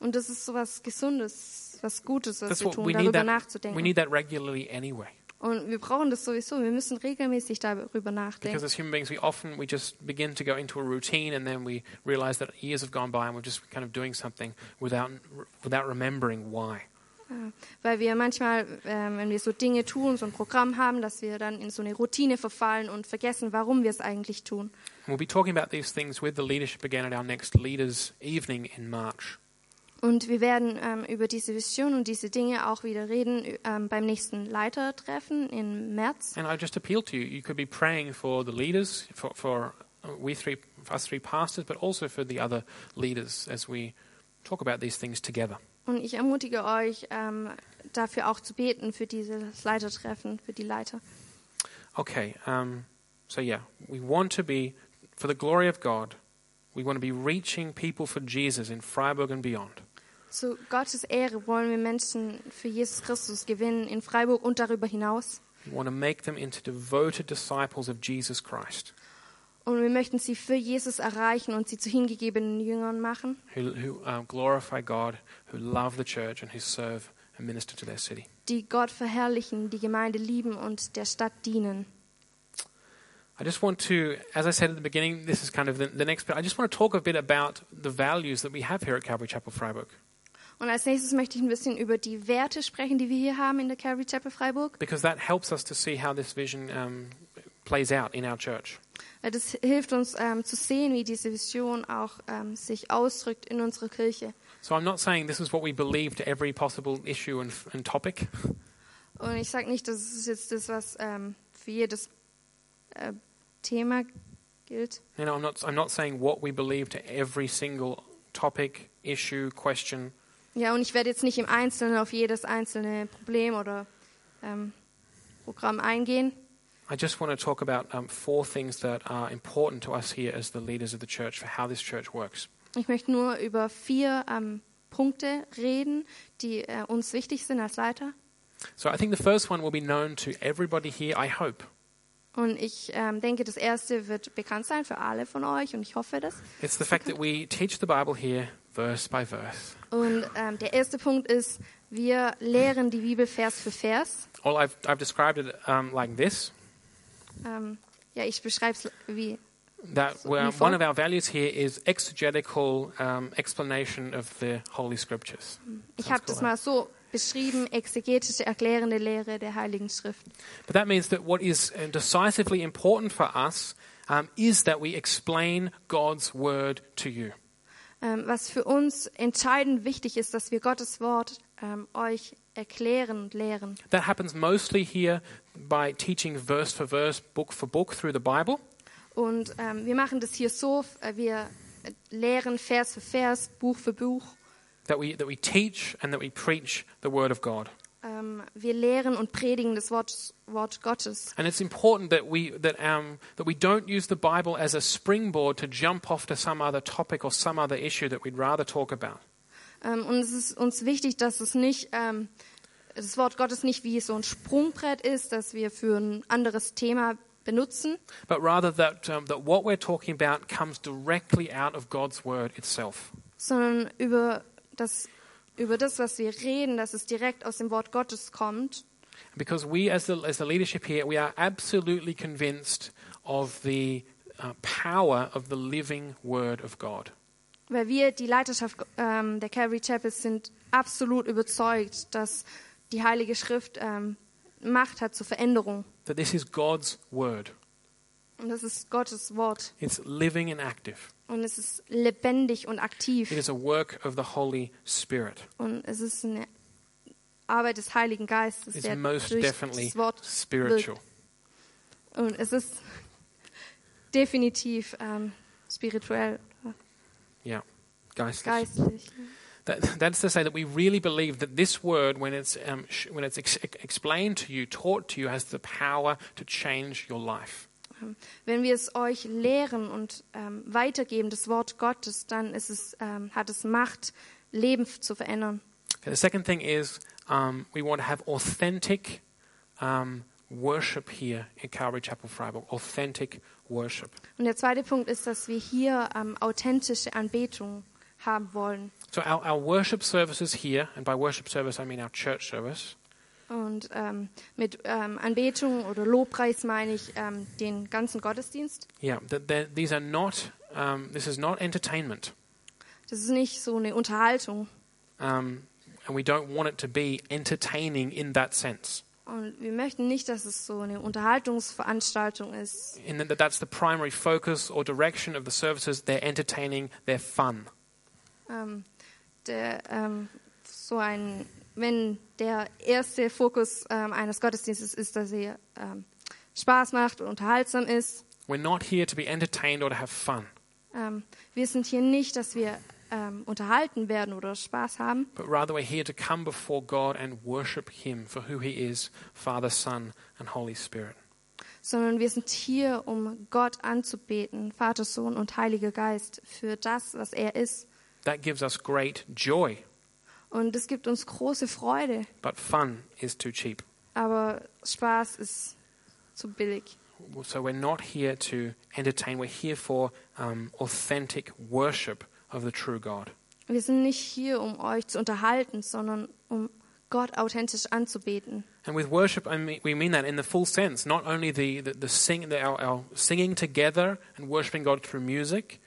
Speaker 2: Und das ist so was Gesundes, was Gutes, was
Speaker 1: That's
Speaker 2: wir
Speaker 1: what
Speaker 2: tun,
Speaker 1: we need.
Speaker 2: darüber
Speaker 1: That, we
Speaker 2: nachzudenken.
Speaker 1: need that regularly anyway.
Speaker 2: Und wir brauchen das sowieso. Wir müssen regelmäßig darüber
Speaker 1: Because
Speaker 2: nachdenken.
Speaker 1: as human beings, we often we just begin to go into a routine, and then we realize that years have gone by, and we're just kind of doing something without without remembering why.
Speaker 2: Ja. Weil wir manchmal, ähm, wenn wir so Dinge tun, so ein Programm haben, dass wir dann in so eine Routine verfallen und vergessen, warum wir es eigentlich tun.
Speaker 1: And we'll be talking about these things with the leadership again at our next leaders' evening in March.
Speaker 2: Und wir werden ähm, über diese Vision und diese Dinge auch wieder reden ü- ähm, beim nächsten Leitertreffen im März.
Speaker 1: And I just appeal to you. You could be praying for the leaders, for, for uh, we three, for us three pastors, but also for the other leaders as we talk about these things together.
Speaker 2: Und ich ermutige euch, ähm, dafür auch zu beten, für dieses Leitertreffen, für die Leiter.
Speaker 1: Okay, um, so yeah, we want to be, for the glory of God, we want to be reaching people for Jesus in Freiburg and beyond.
Speaker 2: Zu Gottes Ehre wollen wir Menschen für Jesus Christus gewinnen in Freiburg und darüber hinaus.
Speaker 1: We want to make them into devoted disciples of Jesus Christ
Speaker 2: Und wir möchten sie für Jesus erreichen und sie zu hingegebenen Jüngern machen,
Speaker 1: who, who um, glorify God, who love the church, and who serve and minister to their city.
Speaker 2: die Gott verherrlichen, die Gemeinde lieben und der Stadt dienen.
Speaker 1: I just want to, as I said at the beginning, this is kind of the, the next bit. I just want to talk a bit about the values that we have here at Calvary Chapel Freiburg.
Speaker 2: Und als nächstes möchte ich ein bisschen über die Werte sprechen, die wir hier haben in der Calvary Chapel Freiburg.
Speaker 1: Because that helps us to see how this vision um, plays out in our church.
Speaker 2: Weil Das hilft uns ähm, zu sehen, wie diese Vision auch ähm, sich ausdrückt in unserer Kirche.
Speaker 1: So I'm not saying this is what we believe to every possible issue and, and topic,
Speaker 2: Und ich sage nicht, das ist jetzt das, was ähm, für jedes äh, Thema gilt.
Speaker 1: you know, I'm not, I'm not saying what we believe to every single topic, issue, question.
Speaker 2: Ja, und ich werde jetzt nicht im Einzelnen auf jedes einzelne Problem oder ähm, Programm eingehen.
Speaker 1: I just want to talk about um, four things that are important to us here as the leaders of the church for how this church works.
Speaker 2: Ich möchte nur über vier ähm, Punkte reden, die äh, uns wichtig sind als Leiter.
Speaker 1: So I think the first one will be known to everybody here, I hope.
Speaker 2: Und ich ähm, denke, das erste wird bekannt sein für alle von euch und ich hoffe das.
Speaker 1: It's the fact that we teach the Bible here verse by verse.
Speaker 2: Und ähm, der erste Punkt ist, wir lehren die Bibel Vers für Vers.
Speaker 1: Well, I've, I've described it um, like this
Speaker 2: Ähm, ja, ich beschreibe es wie.
Speaker 1: that we're-
Speaker 2: Wonderful.
Speaker 1: one of our values here is exegetical um, explanation of the Holy Scriptures.
Speaker 2: Ich
Speaker 1: Sounds
Speaker 2: habe das
Speaker 1: cool,
Speaker 2: mal so beschrieben, exegetische, erklärende Lehre der Heiligen Schrift.
Speaker 1: But that means that what is uh, decisively important for us um, is that we explain God's word to you.
Speaker 2: Ähm, was für uns entscheidend wichtig ist, dass wir Gottes Wort ähm, euch erklären und lehren.
Speaker 1: That happens mostly here by teaching verse for verse, book for book through the Bible.
Speaker 2: Und ähm, wir machen das hier so, f- äh, wir äh, lehren Vers für Vers, Buch für Buch.
Speaker 1: That we, that we teach and that we preach the word of God.
Speaker 2: Ähm, wir lehren und predigen das Wort, Wort Gottes.
Speaker 1: And it's important that we, that, um, that we don't use the Bible as a springboard to jump off to some other topic or some other issue that we'd rather talk about.
Speaker 2: Ähm, und es ist uns wichtig, dass es nicht, ähm, das Wort Gottes nicht wie so ein Sprungbrett ist, das wir für ein anderes Thema benutzen,
Speaker 1: but rather that, um, that what we're talking about comes directly out of God's word itself.
Speaker 2: sondern über das, über das, was wir reden, dass es direkt aus dem Wort Gottes kommt.
Speaker 1: Because we, as the, as the leadership here, we are absolutely convinced of the uh, power of the living Word of God.
Speaker 2: Weil wir, die Leiterschaft ähm, der Calvary Chapel, sind absolut überzeugt, dass die Heilige Schrift ähm, Macht hat zur Veränderung.
Speaker 1: That this is God's Word.
Speaker 2: Und das ist Gottes Wort.
Speaker 1: It's living and active.
Speaker 2: Und es ist lebendig und
Speaker 1: It
Speaker 2: aktiv.
Speaker 1: is a work of the Holy Spirit.
Speaker 2: Und es ist eine Arbeit des Heiligen Geistes,
Speaker 1: It's
Speaker 2: der
Speaker 1: most
Speaker 2: durch
Speaker 1: definitely
Speaker 2: das Wort
Speaker 1: spiritual.
Speaker 2: wirkt. Und es ist definitiv ähm, spirituell,
Speaker 1: Yeah. Geistlich.
Speaker 2: geistlich.
Speaker 1: That, that's to say that we really believe that this word, when it's, um, sh- when it's ex- explained to you, taught to you, has the power to change your life.
Speaker 2: Ähm, Wenn wir es euch lehren und ähm, weitergeben, das Wort Gottes, dann ist es, ähm, hat es Macht, Leben zu verändern.
Speaker 1: Okay, the second thing is um, we want to have authentic um, worship here in Calvary Chapel Freiburg. Authentic worship.
Speaker 2: Und der zweite Punkt ist, dass wir hier ähm, authentische Anbetung haben wollen.
Speaker 1: So our, our worship services here, and by worship service I mean our church service,
Speaker 2: Und ähm, mit ähm, Anbetung oder Lobpreis meine ich ähm, den ganzen Gottesdienst.
Speaker 1: yeah, that they're- these are not, um, this is not entertainment.
Speaker 2: Das ist nicht so eine Unterhaltung.
Speaker 1: Um, and we don't want it to be entertaining in that sense.
Speaker 2: Und wir möchten nicht, dass es so eine Unterhaltungsveranstaltung ist,
Speaker 1: In that that's the primary focus or direction of the services. They're entertaining, they're fun.
Speaker 2: ähm, der, ähm, so ein, wenn der erste Fokus ähm, eines Gottesdienstes ist, dass er ähm, Spaß macht und unterhaltsam ist.
Speaker 1: We're not here to be entertained or to have fun,
Speaker 2: Ähm, wir sind hier nicht, dass wir ähm, unterhalten werden oder Spaß haben,
Speaker 1: but rather we're here to come before God and worship Him for who He is Father, Son, and Holy Spirit.
Speaker 2: sondern wir sind hier, um Gott anzubeten, Vater, Sohn und Heiliger Geist, für das, was er ist.
Speaker 1: That gives us great joy,
Speaker 2: Und es gibt uns große Freude,
Speaker 1: but fun is too cheap.
Speaker 2: aber Spaß ist zu billig.
Speaker 1: So we're not here to entertain, we're here for um, authentic worship of the true God.
Speaker 2: Wir sind nicht hier, um euch zu unterhalten, sondern um Gott authentisch anzubeten.
Speaker 1: And with worship, I mean, we mean that in the full sense, not only the, the, the, sing, the our, our singing together and worshiping God through music,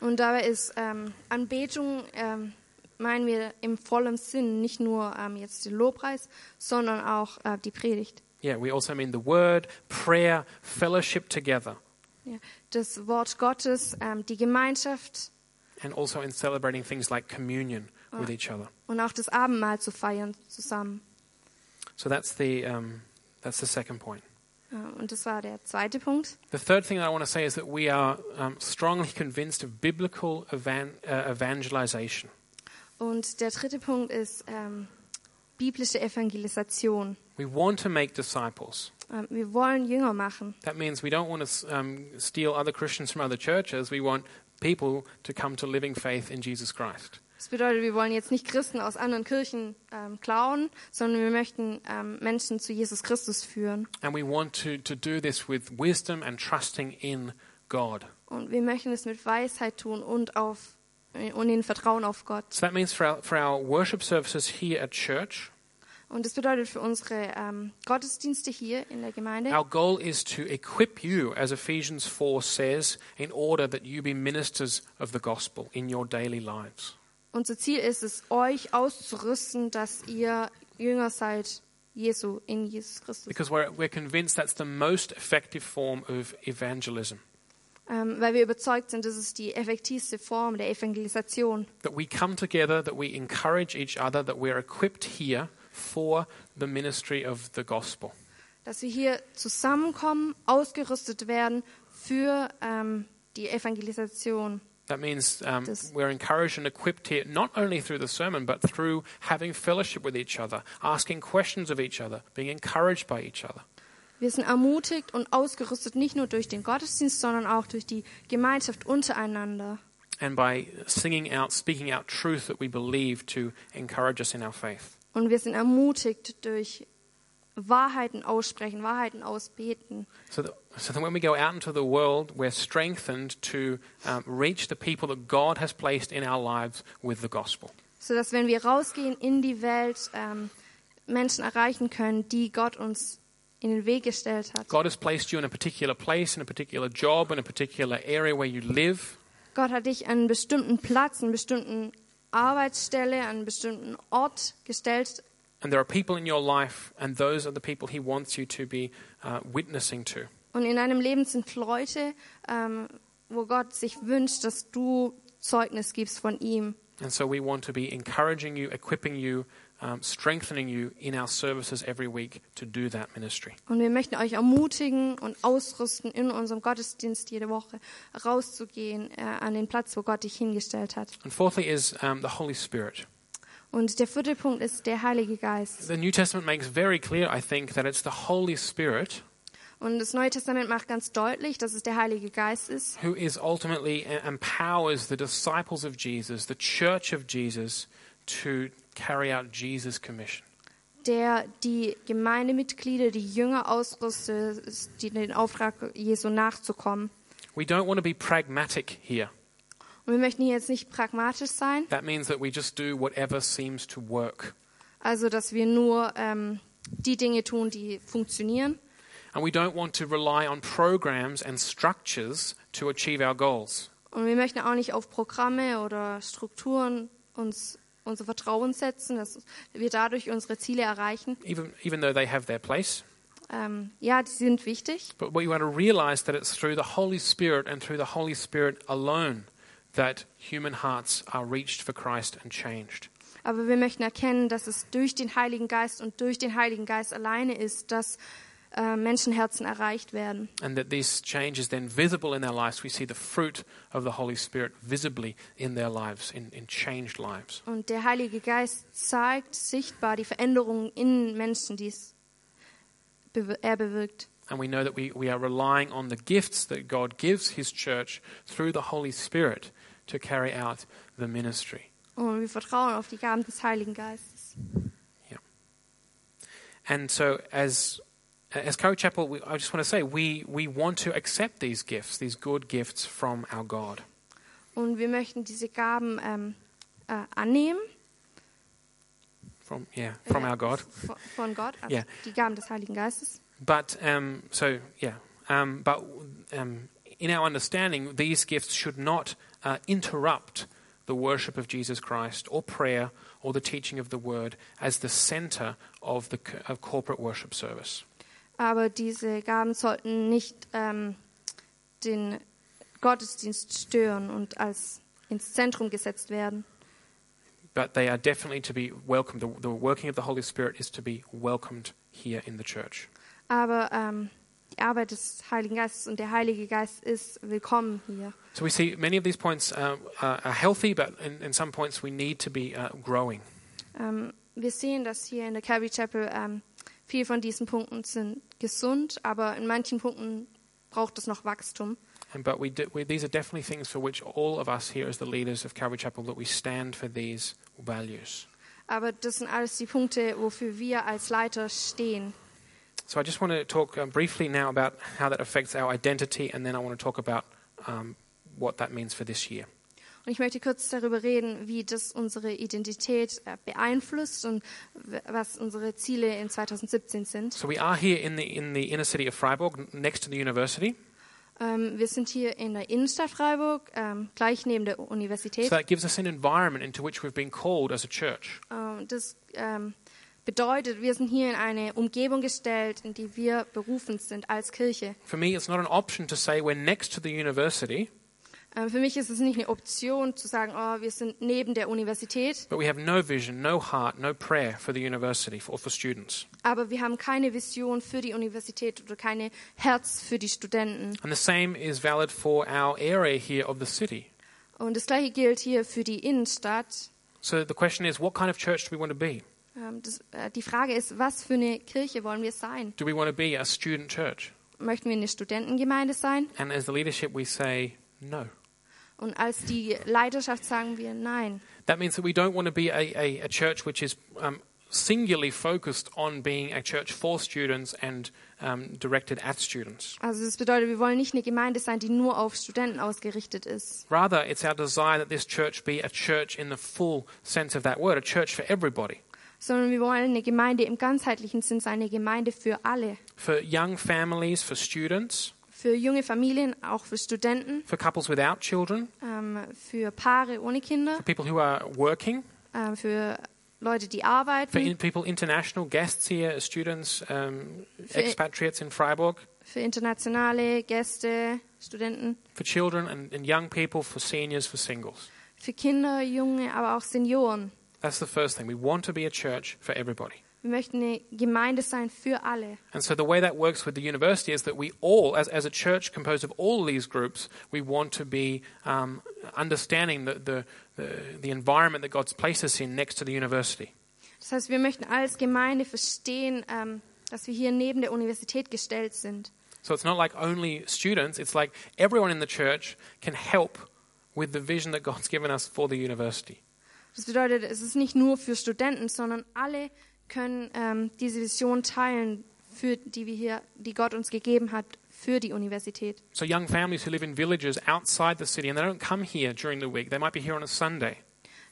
Speaker 2: Und dabei ist ähm, Anbetung, ähm, meinen wir im vollen Sinn, nicht nur ähm, jetzt den Lobpreis, sondern auch äh, die Predigt.
Speaker 1: yeah, we also mean the word, prayer, fellowship together,
Speaker 2: Ja. Das Wort Gottes, ähm, die Gemeinschaft
Speaker 1: and also in celebrating things like communion with each other.
Speaker 2: und auch das Abendmahl zu feiern zusammen.
Speaker 1: So that's the, um, that's the second point.
Speaker 2: Ja, und das war der zweite Punkt.
Speaker 1: The third thing that I want to say is that we are um, strongly convinced of biblical evan- uh, evangelization.
Speaker 2: Und der dritte Punkt ist ähm, biblische Evangelisation.
Speaker 1: We want to make disciples.
Speaker 2: Ähm, wir wollen Jünger machen.
Speaker 1: That means we don't want to um, steal other Christians from other churches. We want people to come to living faith in Jesus Christ.
Speaker 2: Das bedeutet, wir wollen jetzt nicht Christen aus anderen Kirchen ähm, klauen, sondern wir möchten ähm, Menschen zu Jesus Christus führen.
Speaker 1: And we want to, to do this with wisdom and trusting in God.
Speaker 2: Und wir möchten es mit Weisheit tun und, auf, äh, und in Vertrauen auf Gott.
Speaker 1: So that means for our, for our worship services here at church,
Speaker 2: Und das bedeutet für unsere ähm, Gottesdienste hier in der Gemeinde,
Speaker 1: our goal is to equip you, as Ephesians 4 says, in order that you be ministers of the gospel in your daily lives.
Speaker 2: unser Ziel ist es, euch auszurüsten, dass ihr Jünger seid Jesu in Jesus Christus.
Speaker 1: Because we're, we're convinced that's the most effective form of evangelism.
Speaker 2: Ähm, weil wir überzeugt sind, das ist die effektivste Form der Evangelisation.
Speaker 1: That we come together, that we encourage each other, that we're equipped here for the ministry of the gospel.
Speaker 2: dass wir hier zusammenkommen, ausgerüstet werden für ähm, die Evangelisation.
Speaker 1: That means um,
Speaker 2: Does-
Speaker 1: we're encouraged and equipped here not only through the sermon, but through having fellowship with each other, asking questions of each other, being encouraged by each other.
Speaker 2: Wir sind ermutigt und ausgerüstet nicht nur durch den Gottesdienst, sondern auch durch die Gemeinschaft untereinander.
Speaker 1: and by singing out, speaking out truth that we believe to encourage us in our faith.
Speaker 2: Und wir sind ermutigt durch Wahrheiten aussprechen, Wahrheiten ausbeten.
Speaker 1: So that, so that when we go out into the world, we're strengthened to um, reach the people that God has placed in our lives with the gospel.
Speaker 2: sodass wenn wir rausgehen in die Welt, ähm, Menschen erreichen können, die Gott uns in den Weg gestellt hat.
Speaker 1: God has placed you in a particular place, in a particular job, in a particular area where you live.
Speaker 2: Gott hat dich an einen bestimmten Platz, an einen bestimmten Arbeitsstelle, an einen bestimmten Ort gestellt
Speaker 1: And there are people in your life, and those are the people He wants you to be uh, witnessing to.
Speaker 2: und in deinem Leben sind Leute, ähm, wo Gott sich wünscht, dass du Zeugnis gibst von ihm.
Speaker 1: And so we want to be encouraging you, equipping you, um, strengthening you in our services every week to do that ministry.
Speaker 2: Und wir möchten euch ermutigen und ausrüsten, in unserem Gottesdienst jede Woche rauszugehen äh, an den Platz, wo Gott dich hingestellt hat.
Speaker 1: And fourthly is um, the Holy Spirit.
Speaker 2: Und der vierte Punkt ist der Heilige Geist.
Speaker 1: The New Testament makes very clear, I think, that it's the Holy Spirit
Speaker 2: Und das Neue Testament macht ganz deutlich, dass es der Heilige Geist ist,
Speaker 1: who is ultimately uh, empowers the disciples of Jesus, the church of Jesus, to carry out Jesus' commission.
Speaker 2: der die Gemeindemitglieder, die Jünger ausrüstet, die den Auftrag Jesu nachzukommen.
Speaker 1: We don't want to be pragmatic here.
Speaker 2: Und wir möchten hier jetzt nicht pragmatisch sein,
Speaker 1: That means that we just do whatever seems to work.
Speaker 2: also dass wir nur ähm, die Dinge tun, die funktionieren.
Speaker 1: And we don't want to rely on programs and structures to achieve our goals.
Speaker 2: Und wir möchten auch nicht auf Programme oder Strukturen uns unser Vertrauen setzen, dass wir dadurch unsere Ziele erreichen.
Speaker 1: Even, even though they have their place,
Speaker 2: Ähm, ja, die sind wichtig.
Speaker 1: But we want to realize that it's through the Holy Spirit and through the Holy Spirit alone that human hearts are reached for Christ and changed.
Speaker 2: Aber wir möchten erkennen, dass es durch den Heiligen Geist und durch den Heiligen Geist alleine ist, dass äh, Menschenherzen erreicht werden.
Speaker 1: And that this change is then visible in their lives. We see the fruit of the Holy Spirit visibly in their lives, in, in changed lives.
Speaker 2: Und der Heilige Geist zeigt sichtbar die Veränderungen in Menschen, die es bew- er bewirkt.
Speaker 1: And we know that we, we are relying on the gifts that God gives His church through the Holy Spirit to carry out the ministry.
Speaker 2: Und wir vertrauen auf die Gaben des Heiligen Geistes.
Speaker 1: And so, as as Coe Chapel, we, I just want to say we we want to accept these gifts, these good gifts from our God.
Speaker 2: Und wir möchten diese Gaben ähm, äh, annehmen.
Speaker 1: From yeah, from
Speaker 2: Ja,
Speaker 1: our God.
Speaker 2: Von, von Gott, also
Speaker 1: Ja.
Speaker 2: die Gaben des Heiligen Geistes.
Speaker 1: But um, so yeah, um, but um, in our understanding, these gifts should not uh, interrupt the worship of Jesus Christ or prayer or the teaching of the Word as the center of the co- of corporate worship service.
Speaker 2: Aber diese Gaben sollten nicht ähm, den Gottesdienst stören und als ins Zentrum gesetzt werden.
Speaker 1: But they are definitely to be welcomed. The, the working of the Holy Spirit is to be welcomed here in the church.
Speaker 2: Aber ähm, die Arbeit des Heiligen Geistes und der Heilige Geist ist willkommen hier.
Speaker 1: So we see many of these points uh, are are healthy, but in, in some points we need to be uh, growing.
Speaker 2: Ähm, wir sehen, dass hier in der Calvary Chapel ähm, viel von diesen Punkten sind gesund, aber in manchen Punkten braucht es noch Wachstum.
Speaker 1: And, but we do, we, these are definitely things for which all of us here as the leaders of Calvary Chapel that we stand for these values.
Speaker 2: Aber das sind alles die Punkte, wofür wir als Leiter stehen.
Speaker 1: So I just want to talk um, briefly now about how that affects our identity, and then I want to talk about um, what that means for this year.
Speaker 2: Und ich möchte kurz darüber reden, wie das unsere Identität äh, beeinflusst und w- was unsere Ziele in 2017 sind.
Speaker 1: So we are here in the in the inner city of Freiburg, n- next to the university.
Speaker 2: Ähm, wir sind hier in der Innenstadt Freiburg, ähm, gleich neben der
Speaker 1: So
Speaker 2: Universität.
Speaker 1: that gives us an environment into which we've been called as a church.
Speaker 2: Ähm, das ähm, bedeutet, wir sind hier in eine Umgebung gestellt, in die wir berufen sind als Kirche.
Speaker 1: For me, it's not an option to say we're next to the university.
Speaker 2: Ähm, für mich ist es nicht eine Option zu sagen, oh, wir sind neben der Universität,
Speaker 1: But we have no vision, no heart, no prayer for the university for- or for students.
Speaker 2: aber wir haben keine Vision für die Universität oder keine Herz für die Studenten.
Speaker 1: And the same is valid for our area here of the city.
Speaker 2: Und das gleiche gilt hier für die Innenstadt.
Speaker 1: So the question is, what kind of church do we want to be?
Speaker 2: Ähm, das, äh, die Frage ist, was für eine Kirche wollen wir sein?
Speaker 1: Do we want to be a student church?
Speaker 2: Möchten wir eine Studentengemeinde sein?
Speaker 1: And as the leadership, we say no.
Speaker 2: Und als die Leidenschaft sagen wir nein.
Speaker 1: That means that we don't want to be a, a, a church which is um, singularly focused on being a church for students and um, directed at students.
Speaker 2: Also das bedeutet, wir wollen nicht eine Gemeinde sein, die nur auf Studenten ausgerichtet ist,
Speaker 1: Rather, it's our desire that this church be a church in the full sense of that word, a church for everybody.
Speaker 2: sondern wir wollen eine Gemeinde im ganzheitlichen Sinn sein, eine Gemeinde für alle,
Speaker 1: For young families, for students,
Speaker 2: für junge Familien, auch für Studenten,
Speaker 1: for couples without children,
Speaker 2: ähm, für Paare ohne Kinder,
Speaker 1: for people who are working,
Speaker 2: ähm, für Leute, die
Speaker 1: for
Speaker 2: arbeiten,
Speaker 1: in, people, international guests here, students, um,
Speaker 2: Für-
Speaker 1: expatriates in Freiburg,
Speaker 2: für internationale Gäste, Studenten,
Speaker 1: for children and, and young people, for seniors, for singles.
Speaker 2: für Kinder, Junge, aber auch Senioren.
Speaker 1: That's the first thing. We want to be a church for everybody.
Speaker 2: Wir möchten eine Gemeinde sein für alle.
Speaker 1: And so the way that works with the university is that we all, as, as a church composed of all these groups, we want to be um, understanding the, the, the, the environment that God's placed us in next to the university.
Speaker 2: Das heißt, wir möchten als Gemeinde verstehen, ähm, dass wir hier neben der Universität gestellt sind.
Speaker 1: So it's not like only students, it's like everyone in the church can help with the vision that God's given us for the university.
Speaker 2: Das bedeutet, es ist nicht nur für Studenten, sondern alle können ähm, diese Vision teilen, für die wir hier, die Gott uns gegeben hat, für die Universität.
Speaker 1: So young families who live in villages outside the city and they don't come here during the week, they might be here on a Sunday.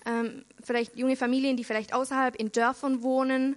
Speaker 2: Ähm, vielleicht junge Familien, die vielleicht außerhalb in Dörfern wohnen.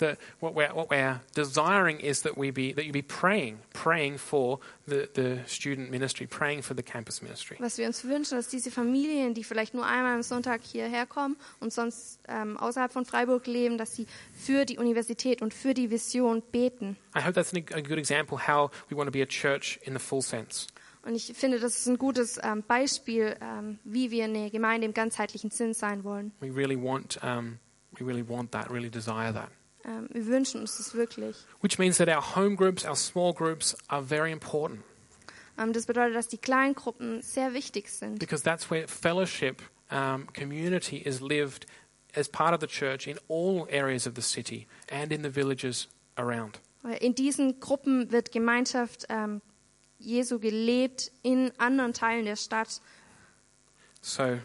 Speaker 1: The, what, we're, what we're desiring is that, we be, that you be praying, praying for the, the student ministry, praying for the campus ministry.
Speaker 2: Was wir uns wünschen, dass diese Familien, die vielleicht nur einmal am Sonntag hierher kommen und sonst ähm, außerhalb von Freiburg leben, dass sie für die Universität und für die Vision beten.
Speaker 1: I hope that's an, a good example how we want to be a church in the full sense.
Speaker 2: Und ich finde, das ist ein gutes ähm, Beispiel, ähm, wie wir eine Gemeinde im ganzheitlichen Sinn sein wollen.
Speaker 1: We really want, um, we really want that, really desire that.
Speaker 2: Ähm, wir wünschen uns das wirklich.
Speaker 1: Which means that our home groups, our small groups are very important
Speaker 2: Ähm, das bedeutet, dass die Kleingruppen sehr wichtig sind,
Speaker 1: because that's where fellowship, um, community is lived as part of the church in all areas of the city and in the villages around.
Speaker 2: weil in diesen Gruppen wird Gemeinschaft ähm, Jesu gelebt in anderen Teilen der Stadt.
Speaker 1: So,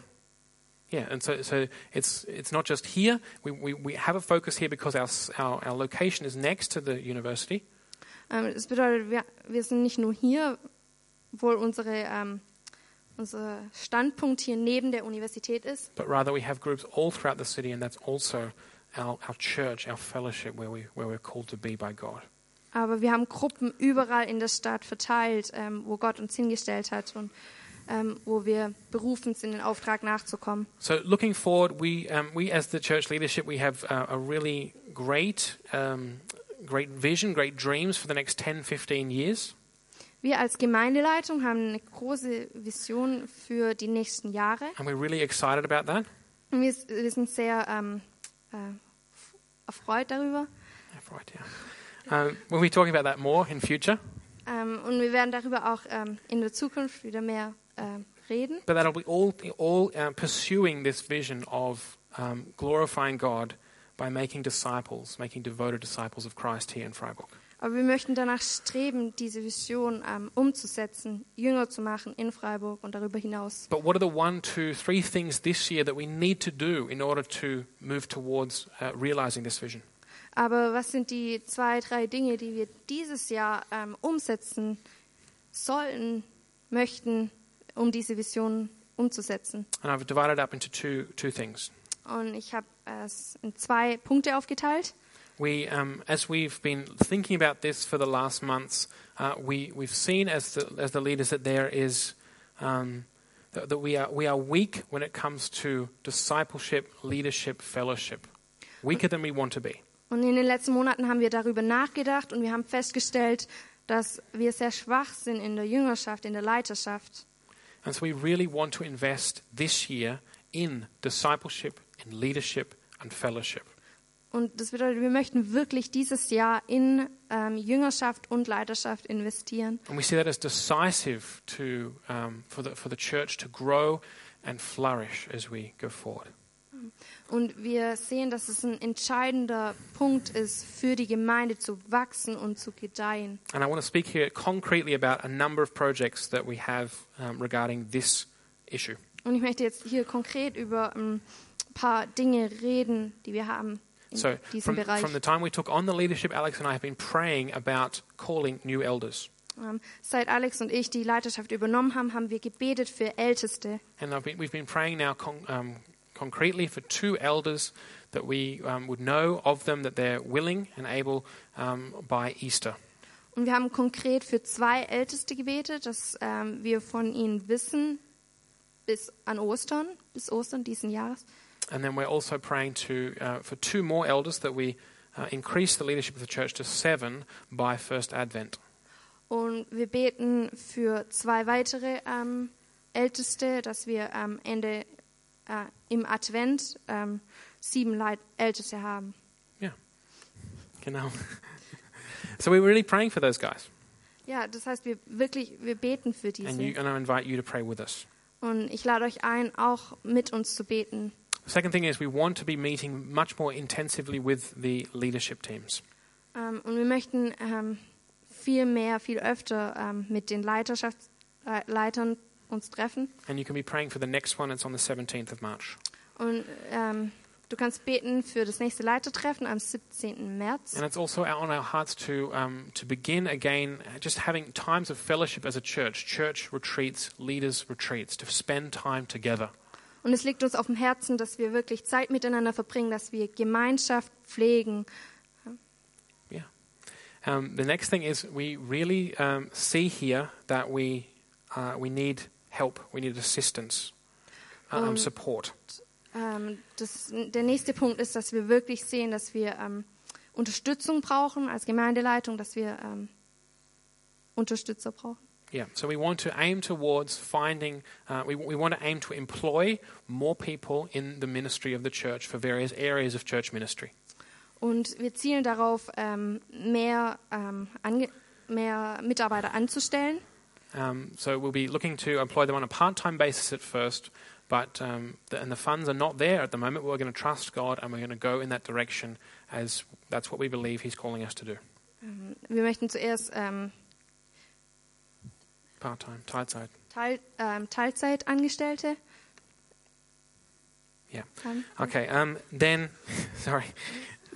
Speaker 1: yeah, and so, so it's, it's not just here. We, we, we have a focus here because our, s- our, our location is next to the university,
Speaker 2: Ähm, das bedeutet, wir, wir sind nicht nur hier, obwohl unsere, ähm, unser Standpunkt hier neben der Universität ist,
Speaker 1: but rather we have groups all throughout the city, and that's also our, our church, our fellowship, where, we, where we're called to be by God.
Speaker 2: aber wir haben Gruppen überall in der Stadt verteilt, ähm, wo Gott uns hingestellt hat und ähm, wo wir berufen sind, den Auftrag nachzukommen.
Speaker 1: So, looking forward, we, um, we as the church leadership, we have uh, a really great, um, great vision, great dreams for the next 10, 15 years.
Speaker 2: Wir als Gemeindeleitung haben eine große Vision für die nächsten Jahre.
Speaker 1: And we're really excited about that.
Speaker 2: Und wir, wir sind sehr ähm, äh, f- erfreut darüber.
Speaker 1: Right, yeah. Um, we'll be talking about that more in future,
Speaker 2: Ähm, und wir werden darüber auch ähm, in der Zukunft wieder mehr ähm, reden.
Speaker 1: but that'll be all, all uh, pursuing this vision of um, glorifying God by making disciples, making devoted disciples of Christ here in Freiburg.
Speaker 2: Aber wir möchten danach streben, diese Vision ähm, umzusetzen, jünger zu machen in Freiburg und darüber hinaus.
Speaker 1: But what are the one, two, three things this year that we need to do in order to move towards uh, realizing this vision?
Speaker 2: Aber was sind die zwei, drei Dinge, die wir dieses Jahr ähm, umsetzen sollten, möchten, um diese Vision umzusetzen?
Speaker 1: And I've divided up into two, two things.
Speaker 2: Und ich habe es in zwei Punkte aufgeteilt.
Speaker 1: We, um, as we've been thinking about this for the last months, uh, we, we've seen as the, as the leaders that there is, um, that, that we, are, we are weak when it comes to discipleship, leadership, fellowship. Weaker than we want to be.
Speaker 2: Und in den letzten Monaten haben wir darüber nachgedacht und wir haben festgestellt, dass wir sehr schwach sind in der Jüngerschaft, in der Leiterschaft.
Speaker 1: And so we really want to invest this year in discipleship, in leadership, and fellowship.
Speaker 2: Und das bedeutet, wir möchten wirklich dieses Jahr in ähm, Jüngerschaft und Leiterschaft investieren.
Speaker 1: And we see that as decisive to, um, for, the, for the church to grow and flourish as we go forward.
Speaker 2: Und wir sehen, dass es ein entscheidender Punkt ist, für die Gemeinde zu wachsen und zu gedeihen.
Speaker 1: And I want to speak here concretely about a number of projects that we have um, regarding this issue.
Speaker 2: Und ich möchte jetzt hier konkret über ein paar Dinge reden, die wir haben in
Speaker 1: So,
Speaker 2: diesem
Speaker 1: from,
Speaker 2: Bereich.
Speaker 1: from the time we took on the leadership, Alex and I have been praying about calling new elders.
Speaker 2: Ähm, Seit Alex und ich die Leiterschaft übernommen haben, haben wir gebetet für Älteste.
Speaker 1: And I've been, we've been praying now con- um, concretely for two elders that we um, would know of them, that they're willing and able um, by Easter.
Speaker 2: Und wir haben konkret für zwei Älteste gebetet, dass ähm, wir von ihnen wissen bis an Ostern, bis Ostern diesen Jahres.
Speaker 1: And then we're also praying to, uh, for two more elders that we uh, increase the leadership of the church to seven by First Advent.
Speaker 2: Und wir beten für zwei weitere ähm, Älteste, dass wir am Ende äh, im Advent ähm, sieben Leit Älteste haben.
Speaker 1: Genau. so we're really praying for those guys.
Speaker 2: Ja, das heißt, wir wirklich, wir beten für
Speaker 1: And, you,
Speaker 2: diese.
Speaker 1: and I invite you to pray with us.
Speaker 2: Und ich lade euch ein, auch mit uns zu beten.
Speaker 1: The second thing is we want to be meeting much more intensively with the leadership teams.
Speaker 2: Ähm, und wir möchten ähm, viel mehr, viel öfter ähm, mit den Leiterschaftsleitern uns treffen.
Speaker 1: And you can be praying for the next one. It's on the 17th of March.
Speaker 2: Und ähm, du kannst beten für das nächste Leitertreffen am 17. März.
Speaker 1: And it's also out on our hearts to, um, to begin again uh, just having times of fellowship as a church, church retreats, leaders retreats, to spend time together.
Speaker 2: Und es liegt uns auf dem Herzen, dass wir wirklich Zeit miteinander verbringen, dass wir Gemeinschaft pflegen.
Speaker 1: Um, the next thing is we really um, see here that we, uh, we need help, we need assistance, um,
Speaker 2: Um,
Speaker 1: support.
Speaker 2: Ähm, das, der nächste Punkt ist, dass wir wirklich sehen, dass wir ähm, Unterstützung brauchen als Gemeindeleitung, dass wir ähm, Unterstützer brauchen.
Speaker 1: Yeah, so we want to aim towards finding, uh, we, we want to aim to employ more people in the ministry of the church for various areas of church ministry.
Speaker 2: Und wir zielen darauf, ähm, mehr, ähm, ange mehr Mitarbeiter anzustellen.
Speaker 1: Um, so we'll be looking to employ them on a part time basis at first, but, um, the, and the funds are not there at the moment. We're going to trust God and we're going to go in that direction as that's what we believe He's calling us to do.
Speaker 2: Ähm, wir möchten zuerst ähm,
Speaker 1: Part time, tight side.
Speaker 2: Teil ähm, Teilzeitangestellte
Speaker 1: Yeah.
Speaker 2: haben.
Speaker 1: Okay, um, then, sorry,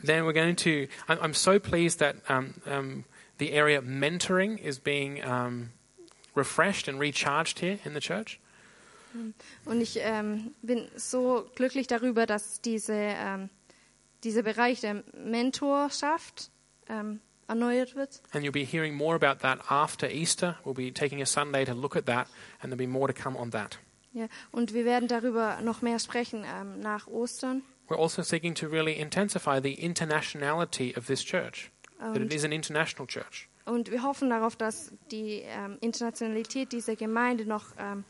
Speaker 1: then we're going to. I'm, I'm so pleased that um, um, the area mentoring is being um, refreshed and recharged here in the church.
Speaker 2: Und ich ähm, bin so glücklich darüber, dass diese, ähm, dieser Bereich der Mentorschaft ähm, erneuert wird.
Speaker 1: And you'll be hearing more about that after Easter. We'll be taking a Sunday to look at that, and there'll be more to come on that.
Speaker 2: Ja. Und wir werden darüber noch mehr sprechen ähm, nach Ostern.
Speaker 1: We're also seeking to really intensify the internationality of this church, that it
Speaker 2: Und,
Speaker 1: is an international church.
Speaker 2: und wir hoffen darauf, dass die ähm, Internationalität dieser Gemeinde noch ähm,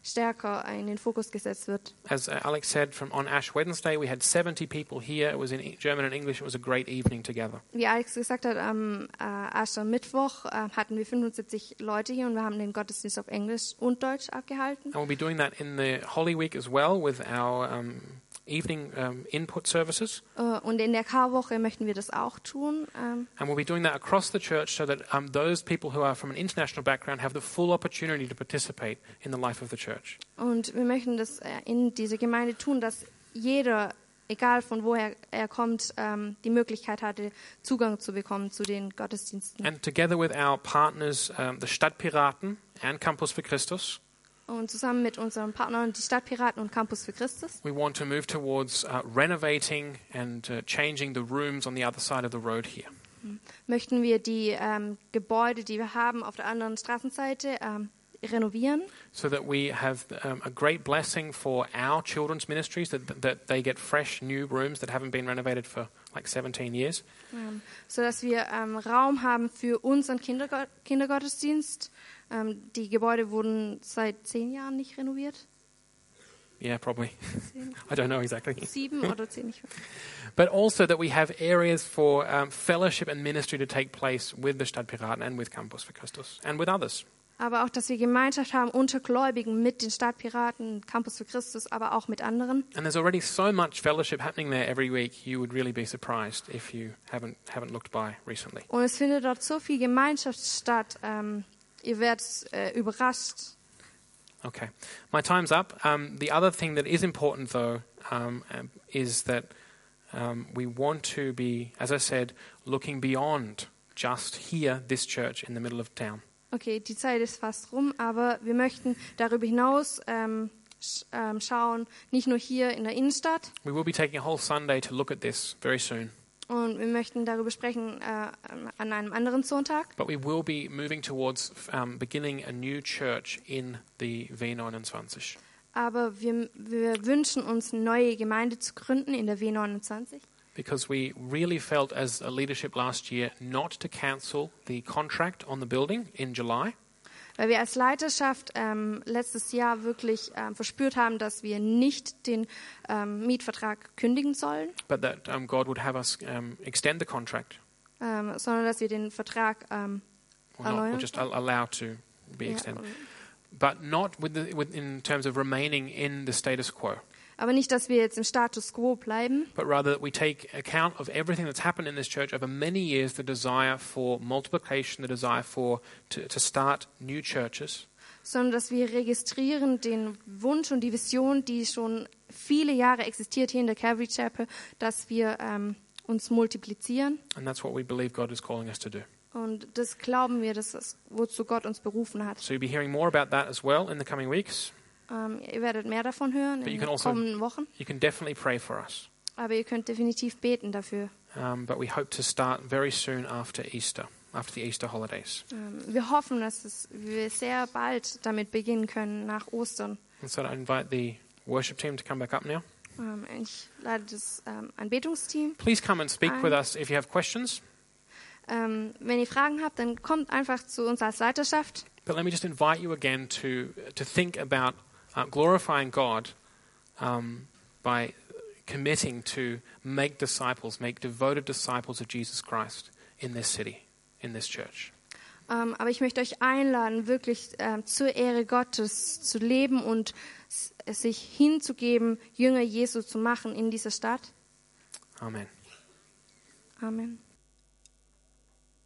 Speaker 2: stärker in den Fokus gesetzt wird.
Speaker 1: As uh, Alex said, from on Ash Wednesday, we had 70 people here. It was in E- German and English. It was a great evening together.
Speaker 2: Wie Alex gesagt hat, am äh, Aschermittwoch äh, hatten wir 75 Leute hier und wir haben den Gottesdienst auf Englisch und Deutsch abgehalten.
Speaker 1: And we'll be doing that in the Holy Week as well with our um, evening um, input services.
Speaker 2: Äh, Und in der Karwoche möchten wir das auch tun. ähm,
Speaker 1: And we'll be doing that across the church so that um, those people who are from an international background have the full opportunity to participate in the life of the church.
Speaker 2: Und wir möchten das äh, in dieser Gemeinde tun, dass jeder, egal von woher er kommt, ähm, die Möglichkeit hatte, Zugang zu bekommen zu den Gottesdiensten.
Speaker 1: And together with our partners, um, the Stadtpiraten and Campus for Christus,
Speaker 2: Und zusammen mit unseren Partnern, die Stadtpiraten und Campus für Christus,
Speaker 1: we want to move towards uh, renovating and uh, changing the rooms on the other side of the road here.
Speaker 2: möchten wir die ähm, Gebäude, die wir haben, auf der anderen Straßenseite ähm, renovieren.
Speaker 1: so that we have um, a great blessing for our children's ministries that, that they get fresh new rooms that haven't been renovated for like 17 years
Speaker 2: ähm, sodass wir ähm, Raum haben für unseren Kindergo Kindergottesdienst. Ähm, die Gebäude wurden seit zehn Jahren nicht renoviert.
Speaker 1: yeah probably
Speaker 2: Zehn,
Speaker 1: i don't know exactly
Speaker 2: sieben oder zehn, ich weiß
Speaker 1: but also that we have areas for um, fellowship and ministry to take place with the stadtpiraten and with campus for christus and with others
Speaker 2: Aber auch, dass wir Gemeinschaft haben unter Gläubigen mit den Stadtpiraten, Campus für Christus, aber auch mit anderen.
Speaker 1: and there's already so much fellowship happening there every week you would really be surprised if you haven't haven't looked by recently
Speaker 2: Und es findet dort so viel Gemeinschaft statt. Ähm, ihr werdet äh, überrascht.
Speaker 1: Okay, my time's up. Um, the other thing that is important, though, um, um, is that um, we want to be, as I said, looking beyond just here, this church in the middle of town.
Speaker 2: Okay, die Zeit ist fast rum, aber wir möchten darüber hinaus ähm, sch ähm, schauen, nicht nur hier in der Innenstadt.
Speaker 1: We will be taking a whole Sunday to look at this very soon,
Speaker 2: Und wir möchten darüber sprechen äh, an einem anderen Sonntag.
Speaker 1: but we will be moving towards um, beginning a new church in the V29.
Speaker 2: Aber wir, wir wünschen uns, eine neue Gemeinde zu gründen in der W29.
Speaker 1: because we really felt as a leadership last year not to cancel the contract on the building in July.
Speaker 2: Weil wir als Leiterschaft ähm, letztes Jahr wirklich ähm, verspürt haben, dass wir nicht den ähm, Mietvertrag kündigen sollen,
Speaker 1: But that um, God would have us um, extend the contract,
Speaker 2: ähm, sondern dass wir den Vertrag ähm,
Speaker 1: or, not, or
Speaker 2: Erneuern.
Speaker 1: just al- allow to be
Speaker 2: ja,
Speaker 1: extended, but not with the, with, in terms of remaining in the status quo,
Speaker 2: aber nicht, dass wir jetzt im Status quo bleiben,
Speaker 1: but rather that we take account of everything that's happened in this church over many years the desire for multiplication, the desire for to, to start new churches.
Speaker 2: sondern dass wir registrieren den Wunsch und die Vision, die schon viele Jahre existiert hier in der Calvary Chapel, dass wir ähm, uns multiplizieren.
Speaker 1: And that's what we believe God is calling us to do.
Speaker 2: Und das glauben wir, dass das, wozu Gott uns berufen hat.
Speaker 1: So you'll be hearing more about that as well in the coming weeks.
Speaker 2: Ähm, ihr werdet mehr davon hören
Speaker 1: But you
Speaker 2: in
Speaker 1: can
Speaker 2: den
Speaker 1: also-
Speaker 2: kommenden Wochen,
Speaker 1: You can definitely pray for us.
Speaker 2: aber ihr könnt definitiv beten dafür.
Speaker 1: Um, but we hope to start very soon after Easter, after the Easter holidays.
Speaker 2: Ähm, wir hoffen, dass es, wir sehr bald damit beginnen können, nach Ostern.
Speaker 1: And so I invite the worship team to come back up now.
Speaker 2: Ähm, ich leite das ähm, Anbetungsteam.
Speaker 1: Please come and speak
Speaker 2: Aye.
Speaker 1: with us if you have questions.
Speaker 2: Ähm, wenn ihr Fragen habt, dann kommt einfach zu uns als Leiterschaft.
Speaker 1: But let me just invite you again to, to think about uh, glorifying God um, by committing to make disciples, make devoted disciples of Jesus Christ in this city, in this church.
Speaker 2: Ähm, aber ich möchte euch einladen, wirklich ähm, zur Ehre Gottes zu leben und s- sich hinzugeben, Jünger Jesu zu machen in dieser Stadt.
Speaker 1: Amen.
Speaker 2: Amen.